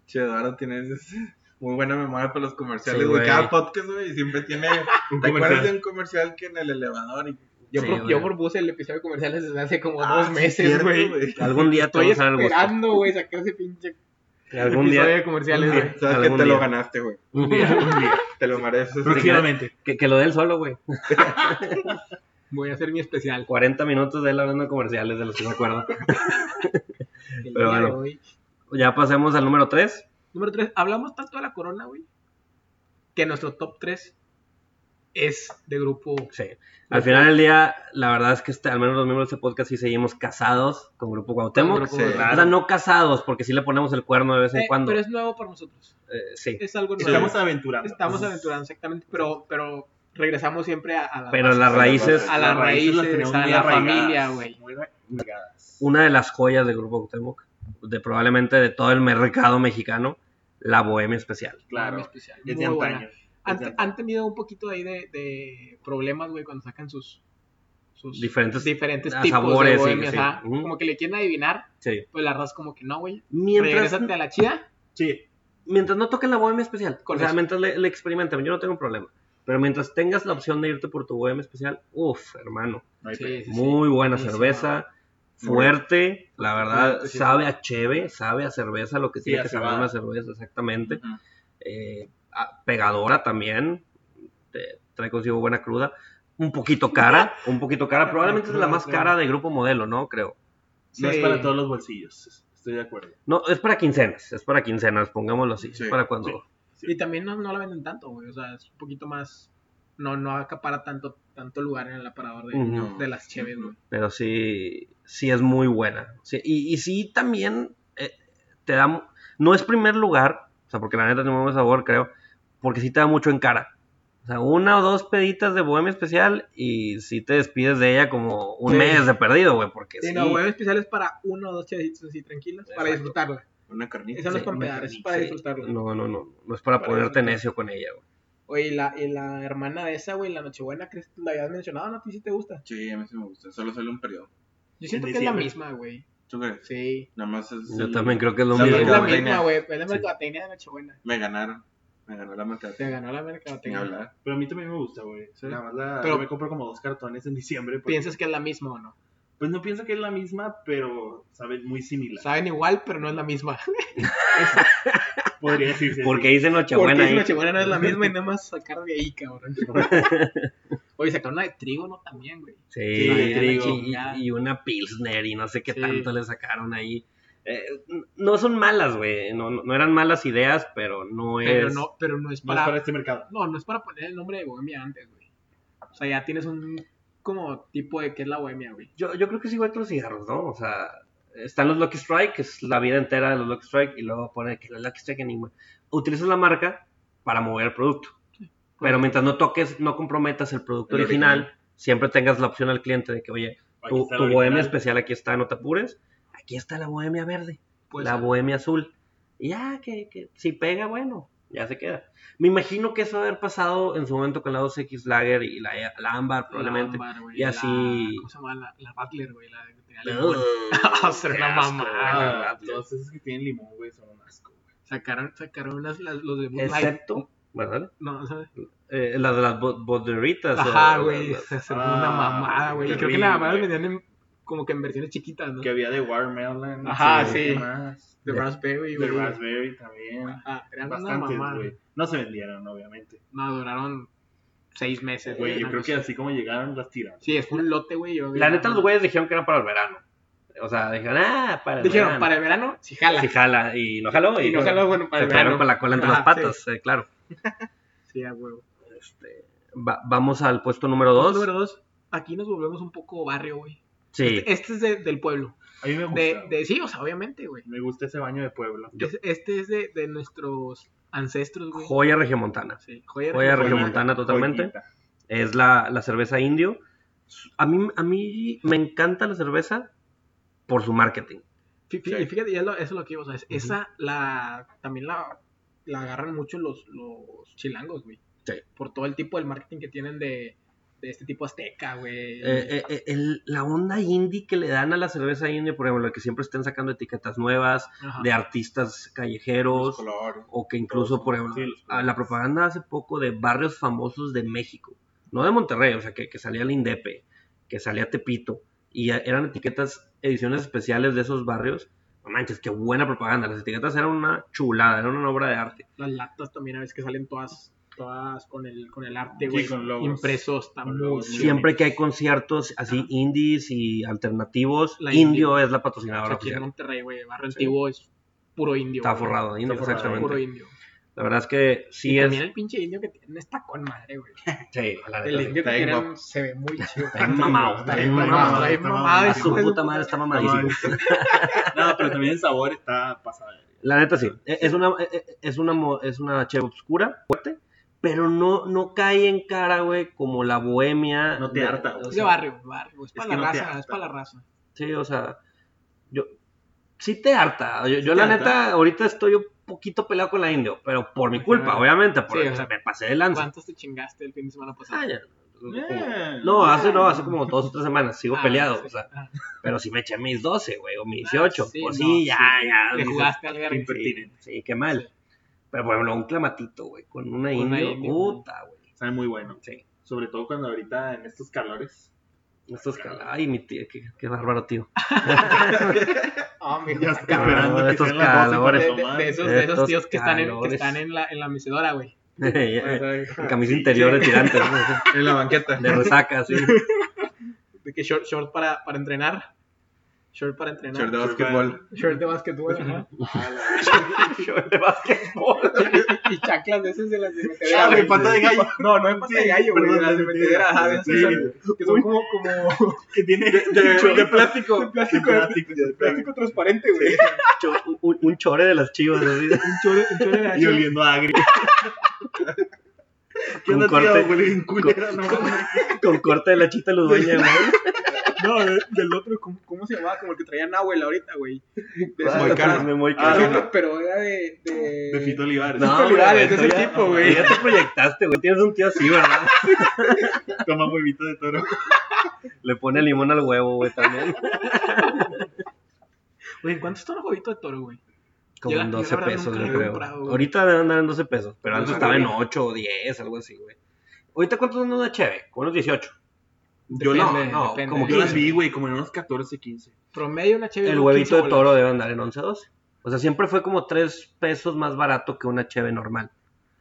Che, Eduardo, tienes muy buena memoria para los comerciales, Sí, güey. güey. Cada podcast, güey, siempre tiene... Un ¿Te acuerdas de comercial. un comercial que en el elevador? Y... Yo, Sí, pro- güey. yo propuse el episodio de comerciales desde hace como Ah, dos sí, meses, cierto, güey. Algún día te Estoy vas a dar el gusto. esperando, güey, sacar ese pinche Algún episodio día. de comerciales, Ajá. güey. Sabes que Algún te lo día. ganaste, güey. Un día, un día. Te lo mereces. Próximamente. Que, que lo dé él solo, güey. Voy a hacer mi especial. 40 minutos de él hablando de comerciales, de los que me acuerdo. el Pero día de bueno. hoy. Ya pasemos al número 3. Número 3. Hablamos tanto de la corona, güey, que nuestro top 3 es de grupo. Sí. Al final del día, la verdad es que este- al menos los miembros de este podcast sí seguimos casados con Grupo Cuauhtémoc. grupo sí. Cuauhtémoc. O sea, no casados, porque sí le ponemos el cuerno de vez en Eh, cuando. Pero es nuevo para nosotros. Eh, sí. Es algo nuevo. Estamos aventurando. Estamos aventurando, exactamente. Pero, pero regresamos siempre a, a las Pero bases. las raíces, A las raíces, tenemos a muy la arraigadas, familia, güey. muy arra- arraigadas. una de las joyas del Grupo Cuauhtémoc, de probablemente de todo el mercado mexicano, la bohemia especial. Muy Claro. especial. Es Ah, Muy de buena. antaño. han, Es de antaño. han tenido un poquito ahí de, de problemas, güey, cuando sacan sus, sus Diferentes diferentes ah, tipos sabores, sí, de bohemias, sí. ajá. Ujú. Como que le quieren adivinar, Sí. pues la raza como que no, güey. Mientras, Regrésate a la chida. Sí, mientras no toquen la bohemia especial, o sea, Correcto. mientras le, le experimenten, yo no tengo problema. Pero mientras tengas la opción de irte por tu bohemia especial, uff, hermano. no hay Sí, pedo. sí, sí. Muy buena Buenísima. cerveza, Muy fuerte, la verdad, Fuerte, sí. sabe a cheve, sabe a cerveza, lo que Sí, tiene a que saber cebada. una cerveza, exactamente. Ujú. Eh, a- pegadora también, te- trae consigo buena cruda, un poquito cara, un poquito cara, probablemente es la más cara de grupo modelo, ¿no? Creo. No es Sí. para todos los bolsillos. Estoy de acuerdo. No, es para quincenas, es para quincenas, pongámoslo así, Sí, es para cuando... sí. Sí. Y también no, no la venden tanto, güey. O sea, es un poquito más. No, no acapara tanto, tanto lugar en el aparador de, Ujú. de las cheves, güey. pero sí, sí es muy buena. Sí, y, y sí también eh, te da, mu- no es primer lugar, o sea, porque la neta tiene un buen sabor, creo, porque sí te da mucho en cara. O sea, una o dos peditas de Bohemia Especial y sí te despides de ella como un Sí. mes de perdido, güey, porque Sí, sí, no, güey, especial es para uno o dos chevecitos así tranquilas, para Exacto. disfrutarla. Una carnita. Esa no es Sí, para una empedar, es carnita, para sí. disfrutarla. no, no, no, no es para, Para ponerte disfrutar. necio con ella, güey. Oye, y la, y la hermana de esa, güey, la Nochebuena, que la habías mencionado, ¿no? ¿A ti sí te gusta? Sí, a mí sí me gusta. Solo sale un periodo. Yo siento En que es la diciembre. misma, güey. ¿Tú crees? Sí. Nada más es... Yo el- también creo que es lo la mismo. Es la güey. misma, mercadotecnia. güey. Es la Sí. mercadotecnia de Nochebuena. Me ganaron. Me ganó la Te mercadotecnia. ganó la Ni mercadotecnia. hablar. Pero a mí también me gusta, güey. Sí. Nada más la- Pero- yo me compro como dos cartones en diciembre. porque- ¿Piensas que es la misma o no? Pues no pienso que es la misma, pero sabe muy similar. Saben igual, pero no es la misma. Podría decirse. Porque sí. dice Porque Nochebuena es ¿eh? ahí. Nochebuena no es la misma y nada más sacar de ahí, cabrón. Oye, sacaron una de trigo, ¿no? También, güey. Sí, Sí, y- trigo. y, y una Pilsner y no sé qué Sí. tanto le sacaron ahí. Eh, no son malas, güey. No, no eran malas ideas, pero no Pues, es. Pero no, pero no es No es para para... este mercado. No, no es para poner el nombre de Bohemia antes, güey. O sea, ya tienes un como tipo de qué es la Bohemia, güey. Yo, yo creo que es igual que los cigarros, ¿no? O sea, están los Lucky Strike, que es la vida entera de los Lucky Strike, y luego pone que los Lucky Strike anima. Utilizas la marca para mover el producto. Pero mientras no toques, no comprometas el producto El original, original. siempre tengas la opción al cliente de que, oye, Aquí tu, está tu el bohemia original. especial aquí está, no te apures. Aquí está la bohemia verde, Pues, la bohemia azul. Y ya, que, que si pega, bueno, ya se queda. Me imagino que eso va a haber pasado en su momento con la 2X Lager y la, la Ámbar, probablemente. ámbar, güey, Y así- La, ¿Cómo se llama? La, la Butler, güey. La que tenía limón. Va a ser una mamada. Ah, todas esas que tienen limón, güey, son un asco, güey. Sacaron, sacaron las, las- los de Bud Light. Excepto, ¿verdad? No, ¿sabes? Eh, las de las bo- boderitas. Ajá, o- güey. o- Se fue Ah, una mamada, güey. Y creo que terrible, nada más las güey. vendían en- como que en versiones chiquitas, ¿no? Que había de watermelon. Ajá, no sé, sí. ¿qué más? De Ya. raspberry, De güey. raspberry Ah, también. Ajá, eran una Bastantes, mamada. güey. No se vendieron, obviamente. No, duraron seis meses. Güey, yo una creo que cosa así como llegaron, las tiraron. Sí, es un lote, güey. yo- La neta, los güeyes dijeron que era para el verano. O sea, dijeron, ah, para el Dijeron, verano. para el verano, sí jala. Si jala, y no jaló. Y no jala, bueno, para se el pegaron verano. con la cola entre Ajá, las patas, eh, claro. Sí, a huevo. Este, va- vamos al puesto número 2. Número dos. Aquí nos volvemos un poco barrio, güey. Sí, Este es de- del pueblo. A mí me gusta. De, güey. de, sí, o sea, obviamente, güey. Me gusta ese baño de pueblo. Yo- Es- este es de, de nuestros ancestros, güey. joya regiomontana. Sí, joya Joya regiomontana. regiomontana totalmente. Joyita. Es la, la cerveza indio. A mí, a mí me encanta la cerveza por su marketing. Fí- fí- Y fíjate, ya lo- eso es lo que iba, o sea, es- esa la, también la, la agarran mucho los, los chilangos, güey. Sí. Por todo el tipo del marketing que tienen de, de este tipo azteca, güey. Eh, eh, eh, el- la onda indie que le dan a la cerveza indio, por ejemplo, que siempre estén sacando etiquetas nuevas Ajá. de artistas Los callejeros. colores. o que incluso, por ejemplo, Sí, los a la propaganda hace poco de barrios famosos de México, no de Monterrey, o sea, que, que salía el Indepe, que salía Tepito, y a- eran etiquetas, ediciones especiales de esos barrios. No manches, qué buena propaganda. Las etiquetas eran una chulada, eran una obra de arte. Las latas también a veces que salen todas todas con el, con el arte, Sí, güey. con logos. Impresos, está Con muy logos, muy Siempre bonito. que hay conciertos así indies y alternativos, La Indio Indio. es la patrocinadora Aquí en oficial. Monterrey, güey, Barrio Antiguo es puro indio. Está güey. forrado de indio, Está forrado de exactamente. Puro indio. La verdad es que sí y es. también el pinche indio que tiene está con madre, güey. Sí, la neta, El sí. indio que Está bien tienen guapo. se ve muy chido. Está bien mamado, está bien Está mamado. bien está mamado, A hijo su de puta madre está mamadísimo. No, pero también el sabor está pasado. de verga. La neta sí. E- Es una, e- e- es una, mo- es una cheve oscura, fuerte, pero no, no cae en cara, güey, como la bohemia. No te de- harta, o güey. Es de sea, barrio, barrio. Es, para que la no te raza, harta. es para la raza. Sí, o sea, yo, sí te harta. Yo, yo te la harta. neta, ahorita estoy un poquito peleado con la indio, pero por mi Ajá. culpa, obviamente, por Sí, o sea, me pasé de lanza. ¿Cuántos te chingaste el fin de semana pasado? Ah, ya. Como- Eh, No, hace no, hace como dos o tres semanas, sigo Ah, peleado, sí. o sea, Ah, pero si me eché mis 12, güey, o mis Ah, 18, sí, pues no, sí, ya, sí. ya. Te dices, jugaste al verga. Sí, sí, qué mal. Pero por ejemplo, un clamatito, güey, con una Con una indio, indio, puta, güey. Sabe muy bueno. Sí. Sobre todo cuando ahorita en estos calores. Estos cal... Ay, mi tío, qué, qué bárbaro, tío. Ah, mijo, Ya está está cabrón. esperando que estos sean las 12 para De, calores. de- tomar. de esos, de esos Estos tíos que están, en, que calores. están en, la, en la mecedora, güey. Pues En camisa interior de tirantes, ¿no? En la banqueta. de resaca, sí. De que short, short para, para entrenar. Short para entrenar. Short de básquetbol. Short de básquetbol, ajá. Short de básquetbol. Y, y chaclas de esas de las de metedera, Ah, güey. güey, pata de gallo. No, no es pata de gallo, güey. perdón, de Las de de metedera, ajá. de esas Sí, son- que son como, como Que tiene De, de plástico. de plástico, de plástico. plástico transparente, güey. Cho- Un, un chore de las chivas, así. Un chore, un chore de Y gallo. oliendo a agrio. ¿Qué Un onda, corte. tío? Huele bien culero, no mames. Con corte de la chita ludueña, güey. No, de- del otro, ¿cómo, cómo se llamaba? Como el que traía Nahuel ahorita, güey. De esos Muy Moicano. caro, güey, muy Ah, caro. no, no, pero era de. De, De Fito Olivares. No, Fito güey, Olivares, tú de ese ya- tipo, güey. Ya te proyectaste, güey. Tienes un tío así, ¿verdad? Toma huevito de toro. Le pone limón al huevo, güey, también. Güey, ¿cuánto está un jueguito de toro, güey? Como Yo la- en yo la 12 verdad pesos, nunca yo lo he creo. comprado, güey. Ahorita deben andar en 12 pesos, pero No antes sé, estaba en güey. 8 o 10, algo así, güey. Ahorita, ¿cuántos andan una cheve? Como unos 18. Eh, Yo Depende, no, no, depende. como Yo las 15. vi, güey, como en unos 14, 15. Promedio una chévere. El huevito de toro debe andar en 11 12. O sea, siempre fue como 3 pesos más barato que una cheve normal.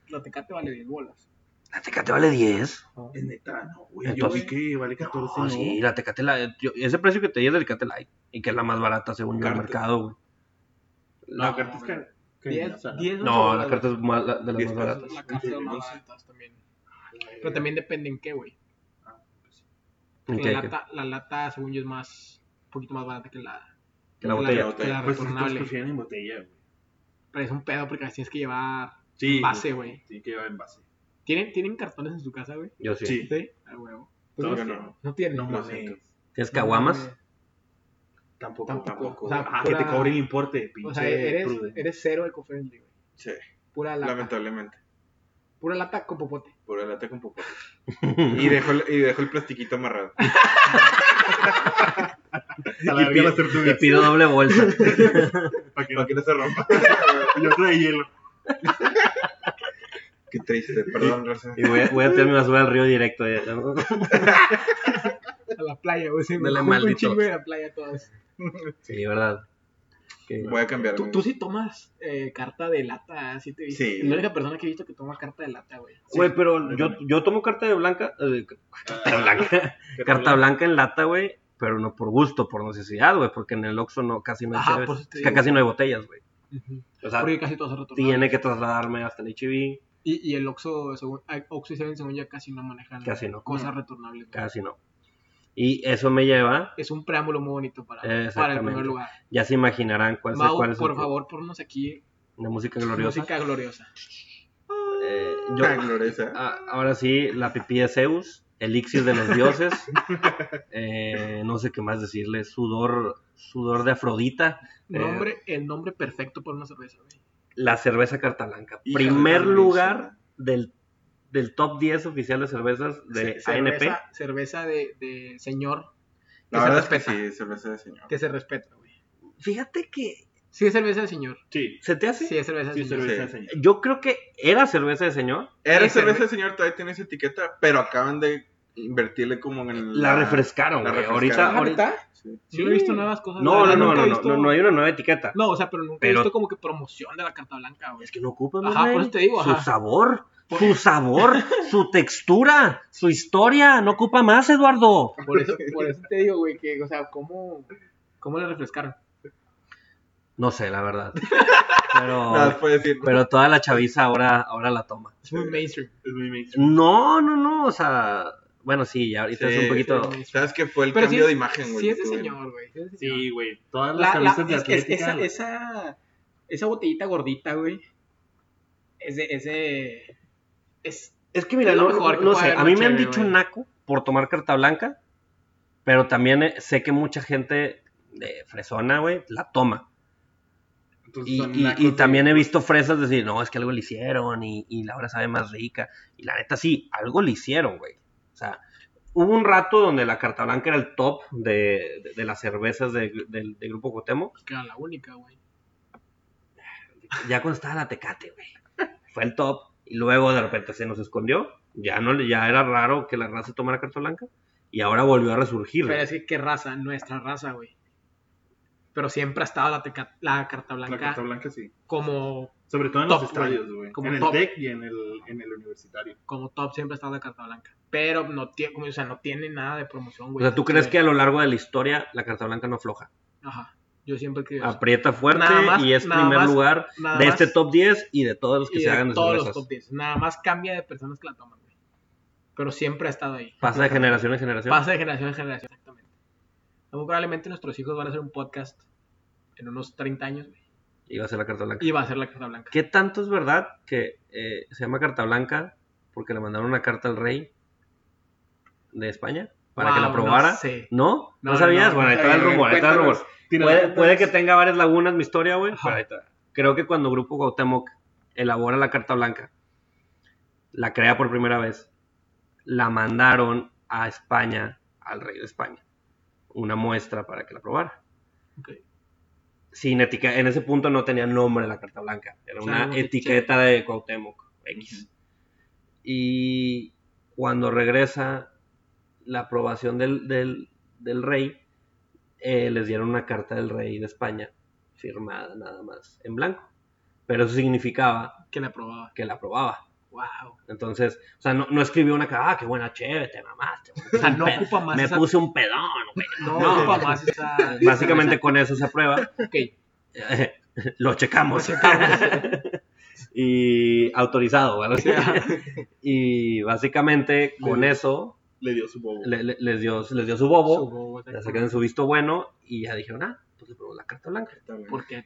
La tecate vale 10 bolas. La tecate vale 10. Es neta, no, güey. Yo Entonces- vi que vale 14, No, ¿no? Ah, sí, la tecate, la- yo- ese precio que te di es del Tecate Light. Y que es la más barata según yo el Carta. mercado, güey. No, cartas que... que- 10, o sea, 10 No, la carta es más- la- de las 10 más pesos. baratas. La carta es más Sí. barata también. Pero también depende en qué, güey. Ok, La, ok. lata, la lata, según yo, es más. Un poquito más barata que la. Que la botella. Que la Pues estos retornable. prefieren en botella, güey. Pero es un pedo porque las tienes que llevar. Sí. Envase, güey. Sí, que va en base. ¿Tienen, ¿Tienen cartones en su casa, güey? Yo sí. Sí. Sí. A huevo. Pues Yo no, no. no tiene. No Lo mames. siento. ¿Tienes caguamas? Tampoco. Tampoco. Tampoco. O sea, Ah, pura- que te cobren importe, pinche. O sea, eres, eh, prude. eres cero eco-friendly, güey. Sí, Pura lata. lamentablemente. Pura lata con popote. Pura lata con popote. Y dejo el, y dejo el plastiquito amarrado. A la y verga pide- las tortugas. Y pido doble bolsa. Para que no Para que no se rompa. Y otra de hielo. Qué triste, perdón, Rosa. Y voy a, voy a tener una subida al río directo. eh. ya, ¿no? A la playa, güey. Se me Dale, junta un maldito. chingo de la playa todas. Sí, ¿verdad? Que- Voy a cambiar. Tú, tú sí tomas eh, carta de lata, sí te he visto. Sí. La única persona que he visto que toma carta de lata, güey. Güey, pero yo yo, yo tomo carta de blanca, eh, carta blanca, carta blanca en lata, güey, pero no por gusto, por necesidad, güey, porque en el Oxxo no, casi no hay Ajá, cheves. por eso te Es que digo. casi no hay botellas, güey. Ujú. O sea, Porque casi todas son retornadas. tiene que trasladarme hasta el HIV, Y, y el Oxxo, según, ay, Oxxo y Seven, según ya casi no manejan Casi no. cosas retornables. güey. casi no. Y eso me lleva, Es un preámbulo muy bonito para, Exactamente. para el primer lugar. ya se imaginarán cuál, es- Mau, cuál es por el- favor, ponnos aquí la música gloriosa. música gloriosa. Eh, yo- Tan gloriosa. Ah, ahora sí, la pipí de Zeus, elixir de los dioses, eh, no sé qué más decirle, sudor, sudor de Afrodita, Eh. Nombre, el nombre perfecto para una cerveza, güey. la cerveza carta blanca. Hija Primer de la lugar Virgen. del, del top 10 oficial de cervezas de Ce- ANP. cerveza, cerveza de, de señor La que se verdad es que respeta. sí, cerveza de señor. que se respeta, güey. Fíjate que Sí es cerveza de señor. Sí, se te hace. Sí es cerveza de sí, señor. cerveza Sí. señor. Yo creo que era cerveza de señor. Era Es cerveza cerve- de señor, todavía tiene esa etiqueta, pero acaban de invertirle como en el- La refrescaron, la güey. refrescaron. Ahorita, ahorita. Sí. Sí, yo he visto nuevas cosas. No, la no, no, verdad, nunca no, he no, visto- no, no hay una nueva etiqueta. No, o sea, pero nunca he Pero- visto como que promoción de la carta blanca, güey. Es que no ocupan, Ajá, güey. por eso te digo, Su ajá. sabor, su sabor, su textura, su historia. No ocupa más, Eduardo. Por eso, por eso te digo, güey, que, o sea, ¿cómo, cómo la refrescaron? No sé, la verdad. Pero, Nada, puede decir. pero toda la chaviza ahora, ahora la toma. Es muy mainstream. Es muy mainstream. No, no, no. O sea, bueno, sí, ya ahorita Sí, es un poquito. sí. ¿Sabes qué fue el Pero sí cambio es, de imagen, güey? sí es de que tuve? señor, güey. sí es de señor. Sí, güey. Todas las La- la- camisas de es- es- Atlética. esa, esa, esa botellita gordita, güey. Es de, es de- es- Es que mira, Es lo no, mejor que no puede sé, haber a mí me han chévere, dicho güey. naco por tomar carta blanca, pero también eh, sé que mucha gente de fresona, güey, la toma. Pues Entonces, Y, son y- nacos y de- también he visto fresas decir, no, es que algo le hicieron y, y la hora sabe más rica. Y la neta sí, algo le hicieron, güey. O sea, hubo un rato donde la carta blanca era el top de, de- de las cervezas de- del del Grupo Cotemo. que era la única, güey. Ya cuando estaba la Tecate, güey. Fue el top. Y luego de repente se nos escondió. Ya no le- ya era raro que la raza tomara carta blanca. Y ahora volvió a resurgir. Pero es que qué raza, nuestra raza, güey. Pero siempre ha estado la, teca- la carta blanca La carta blanca, sí. como, Sobre todo en Top, los estadios, güey. Como En el top. TEC y en el, en el universitario. como top, siempre ha estado la carta blanca. Pero no tiene, como, o sea, no tiene nada de promoción, o güey. sea, ¿tú crees que a lo largo de la historia la carta blanca no afloja? Ajá, yo siempre creo eso. Aprieta fuerte Pues, Nada más, y es nada primer más, lugar nada de más. este top 10 y de todos los que Y se de hagan de todos los cervezas. top 10. Nada más cambia de personas que la toman, güey. Pero siempre ha estado ahí. Pasa de generación en generación. Pasa de generación en generación, exactamente. Muy probablemente nuestros hijos van a hacer un podcast en unos 30 años güey, Y va a ser la carta blanca. y va a ser la carta blanca. ¿Qué tanto es verdad que eh, se llama carta blanca porque le mandaron una carta al rey de España para que la Wow, no probara? sé. ¿No? No, ¿No, no, sabías? no, bueno, ahí no está el sabía. rumor, ahí está el rumor. Tira Puede, cuentas. puede que tenga varias lagunas mi historia, güey. Ajá. pero ahí está. Creo que cuando Grupo Cuauhtémoc elabora la carta blanca, la crea por primera vez, la mandaron a España, al rey de España. Una muestra para que la probara. Ok. Sin etiqueta, en ese punto no tenía nombre la carta blanca. Era O sea, una algo que- etiqueta de Cuauhtémoc. X. Y cuando regresa la aprobación del, del- del rey, eh, les dieron una carta del rey de España, firmada nada más en blanco. Pero eso significaba Que la probaba. que la aprobaba. Wow. Entonces, o sea, no, no escribió una carta, ah, qué buena chévere, te mamaste. güey, O sea, no pe- ocupa más Me esa- puse un pedón, güey. No, No, ocupa güey. más esa. Básicamente con eso se aprueba. Ok. Lo checamos. y autorizado, ¿vale? Y básicamente con eso Le dio su bobo. le- le- les, dio, les dio su bobo, Subo, la sacaron su visto bueno y ya dijeron, ah, pues le probó la carta blanca. Está bien. Porque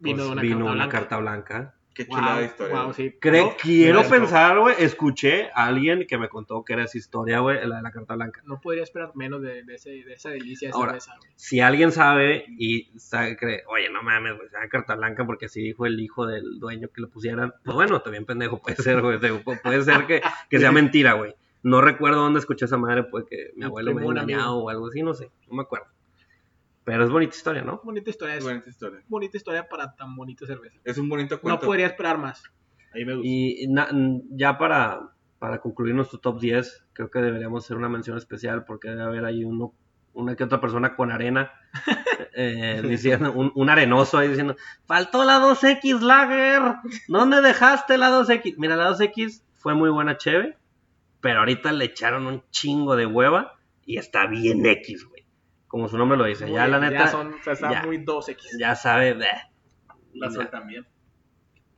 vino Pues una vino carta una blanca. carta blanca Qué Wow, chulada de historia. wow, güey. sí. Creo, No, quiero mira, pensar, güey, escuché a alguien que me contó que era esa historia, güey, la de la carta blanca. No podría esperar menos de, de ese- de esa delicia de Ahora, cerveza. güey. Si alguien sabe y sabe, cree, oye, no mames, güey, se llama carta blanca porque así dijo el hijo del dueño que le pusieran. Pues bueno, está bien pendejo, puede ser, güey, digo, pu- puede ser que, que sea mentira, güey. No recuerdo dónde escuché esa madre, pues que mi Yo abuelo me había tengo un amigo. engañado o algo así, no sé, no me acuerdo. Pero es bonita historia, ¿no? Bonita historia, Es es bonita historia. bonita historia para tan bonita cerveza. Es un bonito No cuento. podría esperar más. Ahí me gusta. Y na- ya para, para concluir nuestro top 10, creo que deberíamos hacer una mención especial porque debe haber ahí uno, una que otra persona con arena, eh, diciendo, un, un arenoso ahí diciendo, faltó la 2X Lager, ¿dónde dejaste la 2X? Mira, la 2X fue muy buena, cheve, pero ahorita le echaron un chingo de hueva y está bien X, güey. Como su nombre lo dice, Pues ya Muy- la neta, ya, pues son, o sea, está ya. muy 2X. sabe, bleh. La Ya. sol también.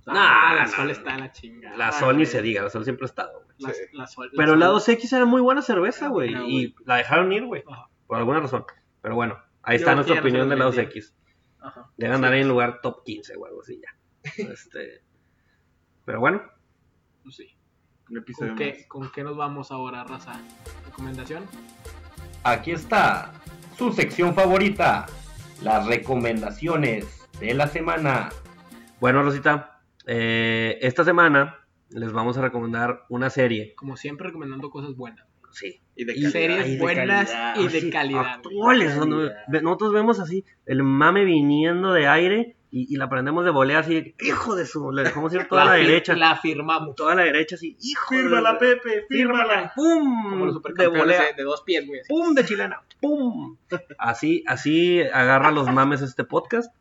Ah, Nah, la nah, sol nah. está en la chingada. la sol ni güey. se diga, la sol siempre ha estado, güey. La, Sí. la sol, Pero sol- la 2X era muy buena cerveza, güey. Ah, Y la dejaron ir, güey. Ajá. Por alguna razón. Pero bueno, ahí Yo está creo nuestra que ya no opinión se de la nos 2X. Ajá. Debe andar en el lugar top 15 o algo así ya. Este, pero bueno, Pues sí. Un episodio ¿Con, qué, más. ¿Con qué nos vamos ahora, raza? ¿Recomendación? Aquí está su sección favorita, las recomendaciones de la semana. bueno Rosita, eh, esta semana les vamos a recomendar una serie. Como siempre, recomendando cosas buenas. Sí. Y de Y calidad. series ay, de Ah, buenas calidad. y de Así, calidad. güey. actuales, donde ve- nosotros vemos así el mame viniendo de aire y, y la prendemos de volea así, hijo de su, le dejamos ir toda la, fir- derecha, La firmamos. toda la derecha así, hijo de- Fírmala, Pepe, fírmala. fírmala, pum, Como los de volea. supercampeones Mm, de, de dos pies, güey. así. ¡Pum! De chilena. ¡Pum! Así, así agarra los mames este podcast.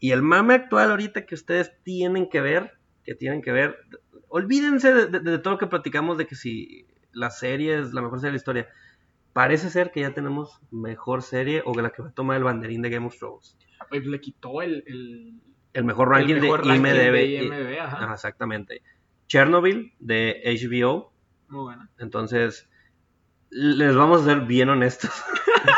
Y el mame actual ahorita que ustedes tienen que ver, que tienen que ver, olvídense de, de- de todo lo que platicamos de que si la serie es la mejor serie de la historia. Parece ser que ya tenemos mejor serie o que la que va a tomar el banderín de Game of Thrones. Oye, pues le quitó el, el, El mejor el ranking, mejor de, ranking IMDb. de IMDb, ajá. Ajá, exactamente. Chernobyl de HBO. Muy buena. Entonces, les vamos a ser bien honestos.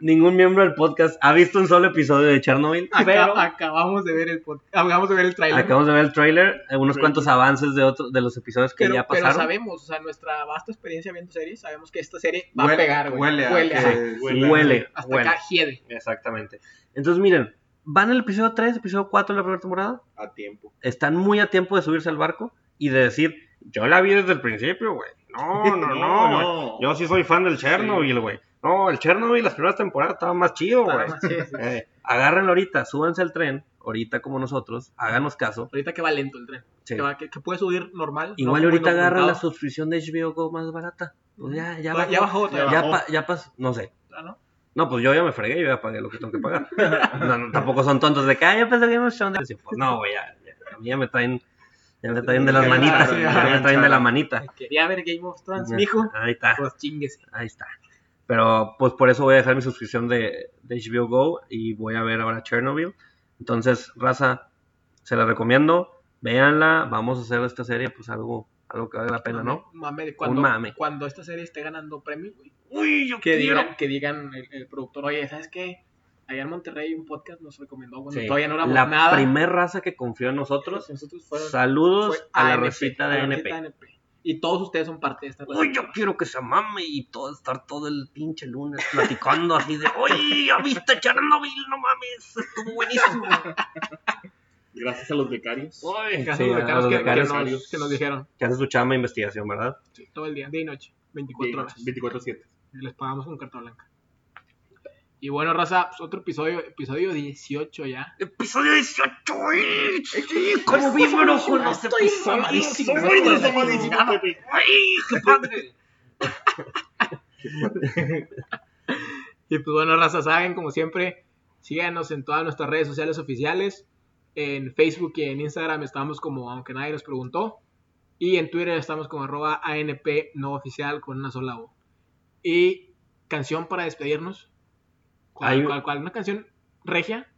Ningún miembro del podcast ha visto un solo episodio de Chernobyl, Acá- pero acabamos de ver el pod- acabamos de ver el trailer. acabamos de ver el trailer, eh, unos Trailer. cuantos avances de otros de los episodios que pero, ya pero pasaron. sabemos, o sea, nuestra vasta experiencia viendo series, sabemos que esta serie va Huele- a pegar, güey. Huele a que- ajá. huele, Huele. huele. Hasta acá hiede. Exactamente. Entonces, miren, van al episodio 3, episodio 4 de la primera temporada, a tiempo. están muy a tiempo de subirse al barco y de decir, yo la vi desde el principio, güey. No, no, no, güey. Yo sí soy fan del Chernobyl, güey. No, el Chernobyl, las primeras temporadas estaban más chido, güey. Eh, agárrenlo ahorita, súbanse al tren, ahorita como nosotros, háganos caso. Ahorita que va lento el tren. Sí. Que, va- que- que puede subir normal. Igual no como ahorita en agarra la documentado. suscripción de HBO Go más barata. Pues ya, ya Va- bajó. Ya bajó. Ya Ya bajó. pa- ya pas- no sé. Ah, ¿no? No, pues yo ya me fregué, yo ya pagué lo que tengo que pagar. No, no, tampoco son tontos de que, ah, yo pensé que íbamos a echar un de-". Pues no, güey, ya, ya- a mí ya me traen, ya me traen de las manitas, ya me traen de la manita. Quería ver Game of Thrones, mijo. Ahí está. Pues chingues. Ahí está. Pero pues por eso voy a dejar mi suscripción de, de HBO Go y voy a ver ahora Chernobyl. Entonces, raza, se la recomiendo. Véanla, vamos a hacer de esta serie pues algo, algo que valga la pena, ¿no? Mame de cuando, Un mame. cuando esta serie esté ganando premios, güey. Uy, yo Que digan, que digan el, el productor, oye, ¿sabes qué? Allá en Monterrey un podcast nos recomendó cuando todavía no éramos la nada. primer raza que confió en nosotros. nosotros fueron, Saludos fue a la ANP, recita a de la NP. recita ANP. Y todos ustedes son parte de esta Uy, yo recita. quiero que se mame y todo, estar todo el pinche lunes platicando así de, uy, ya viste Chernobyl, no mames, estuvo buenísimo. Gracias a los becarios. Uy, Gracias sí, a los a becarios los que, que becarios nos, que nos dijeron que hacen su chamba de investigación, ¿verdad? sí, todo el día, día y noche, 24 horas. 24-7. Les pagamos con carta blanca. Y bueno, raza, pues, otro episodio, episodio 18 ya. Episodio 18, güey. ¿Cómo vibro con este los episodios? mamadísimo, Ay, estoy desde- mamadísimo, Pepe. ay, qué padre. Y pues bueno, raza, saben, como siempre, síganos en todas nuestras redes sociales oficiales. En Facebook y en Instagram estamos como aunque nadie nos preguntó. Y en Twitter estamos como arroba ANP no oficial con una sola O. Y canción para despedirnos. ¿Cuál, Hay- cuál, cuál? ¿Una canción regia?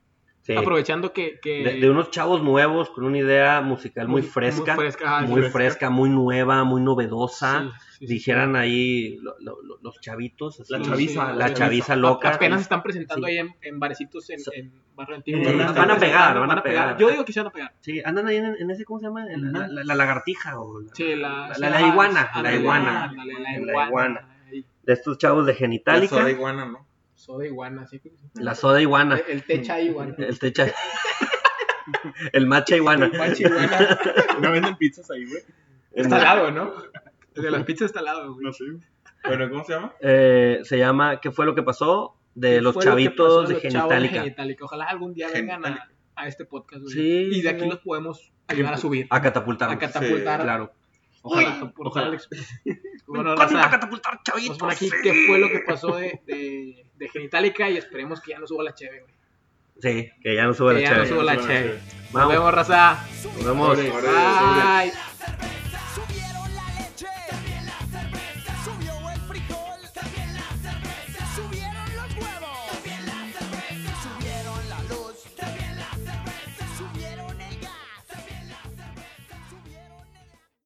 Sí. Aprovechando que. que- De, de unos chavos nuevos con una idea musical muy, fresca, Muy muy fresca. ajá, fresca, sí, muy, nueva, muy novedosa. sí, sí, sí. Dijeran ahí lo- lo- lo- los chavitos, así, La Sí, chaviza, sí, la chaviza loca. Apenas están presentando Sí. ahí en, en barecitos en, So- en Barrio Antiguo. Van a- Están van a pegar, presentando, van a pegar. Yo digo que se van a pegar. Sí, andan ahí en, en ese, ¿cómo se llama? En La, la- la lagartija. O la- Sí, la, La- sí, la ajá, iguana, ándale, la iguana. ándale, la La iguana. iguana. ahí, De estos chavos de La Genitalica. soda iguana, ¿no? Soda iguana, sí. La soda iguana. El techa iguana. El techa. El macha iguana. Macha iguana. No venden pizzas ahí, güey. Está al lado, ¿no? El de las pizzas está al lado, güey. No sé. Bueno, ¿cómo se llama? Eh, se llama ¿Qué fue lo que pasó? De ¿Qué los fue lo que pasó a chavitos de los chavos de Genitalica. Genitalica? Ojalá algún día vengan a, a este podcast, güey. Sí, y sí, de aquí sí. los podemos ayudar a subir. A catapultar. a catapultar. Claro. Ojalá. Uy, catapultar ojalá. la experiencia. Bueno, Coño, raza, a catapultar, vamos chavitos. Pues por aquí sí. qué fue lo que pasó de, de, de Genitalica y esperemos que ya no suba la cheve, güey. Sí, que ya no sube Que la ya no chave. suba la no suba la cheve. cheve. Nos Vamos, vemos, raza. nos vemos. Sobre. Bye.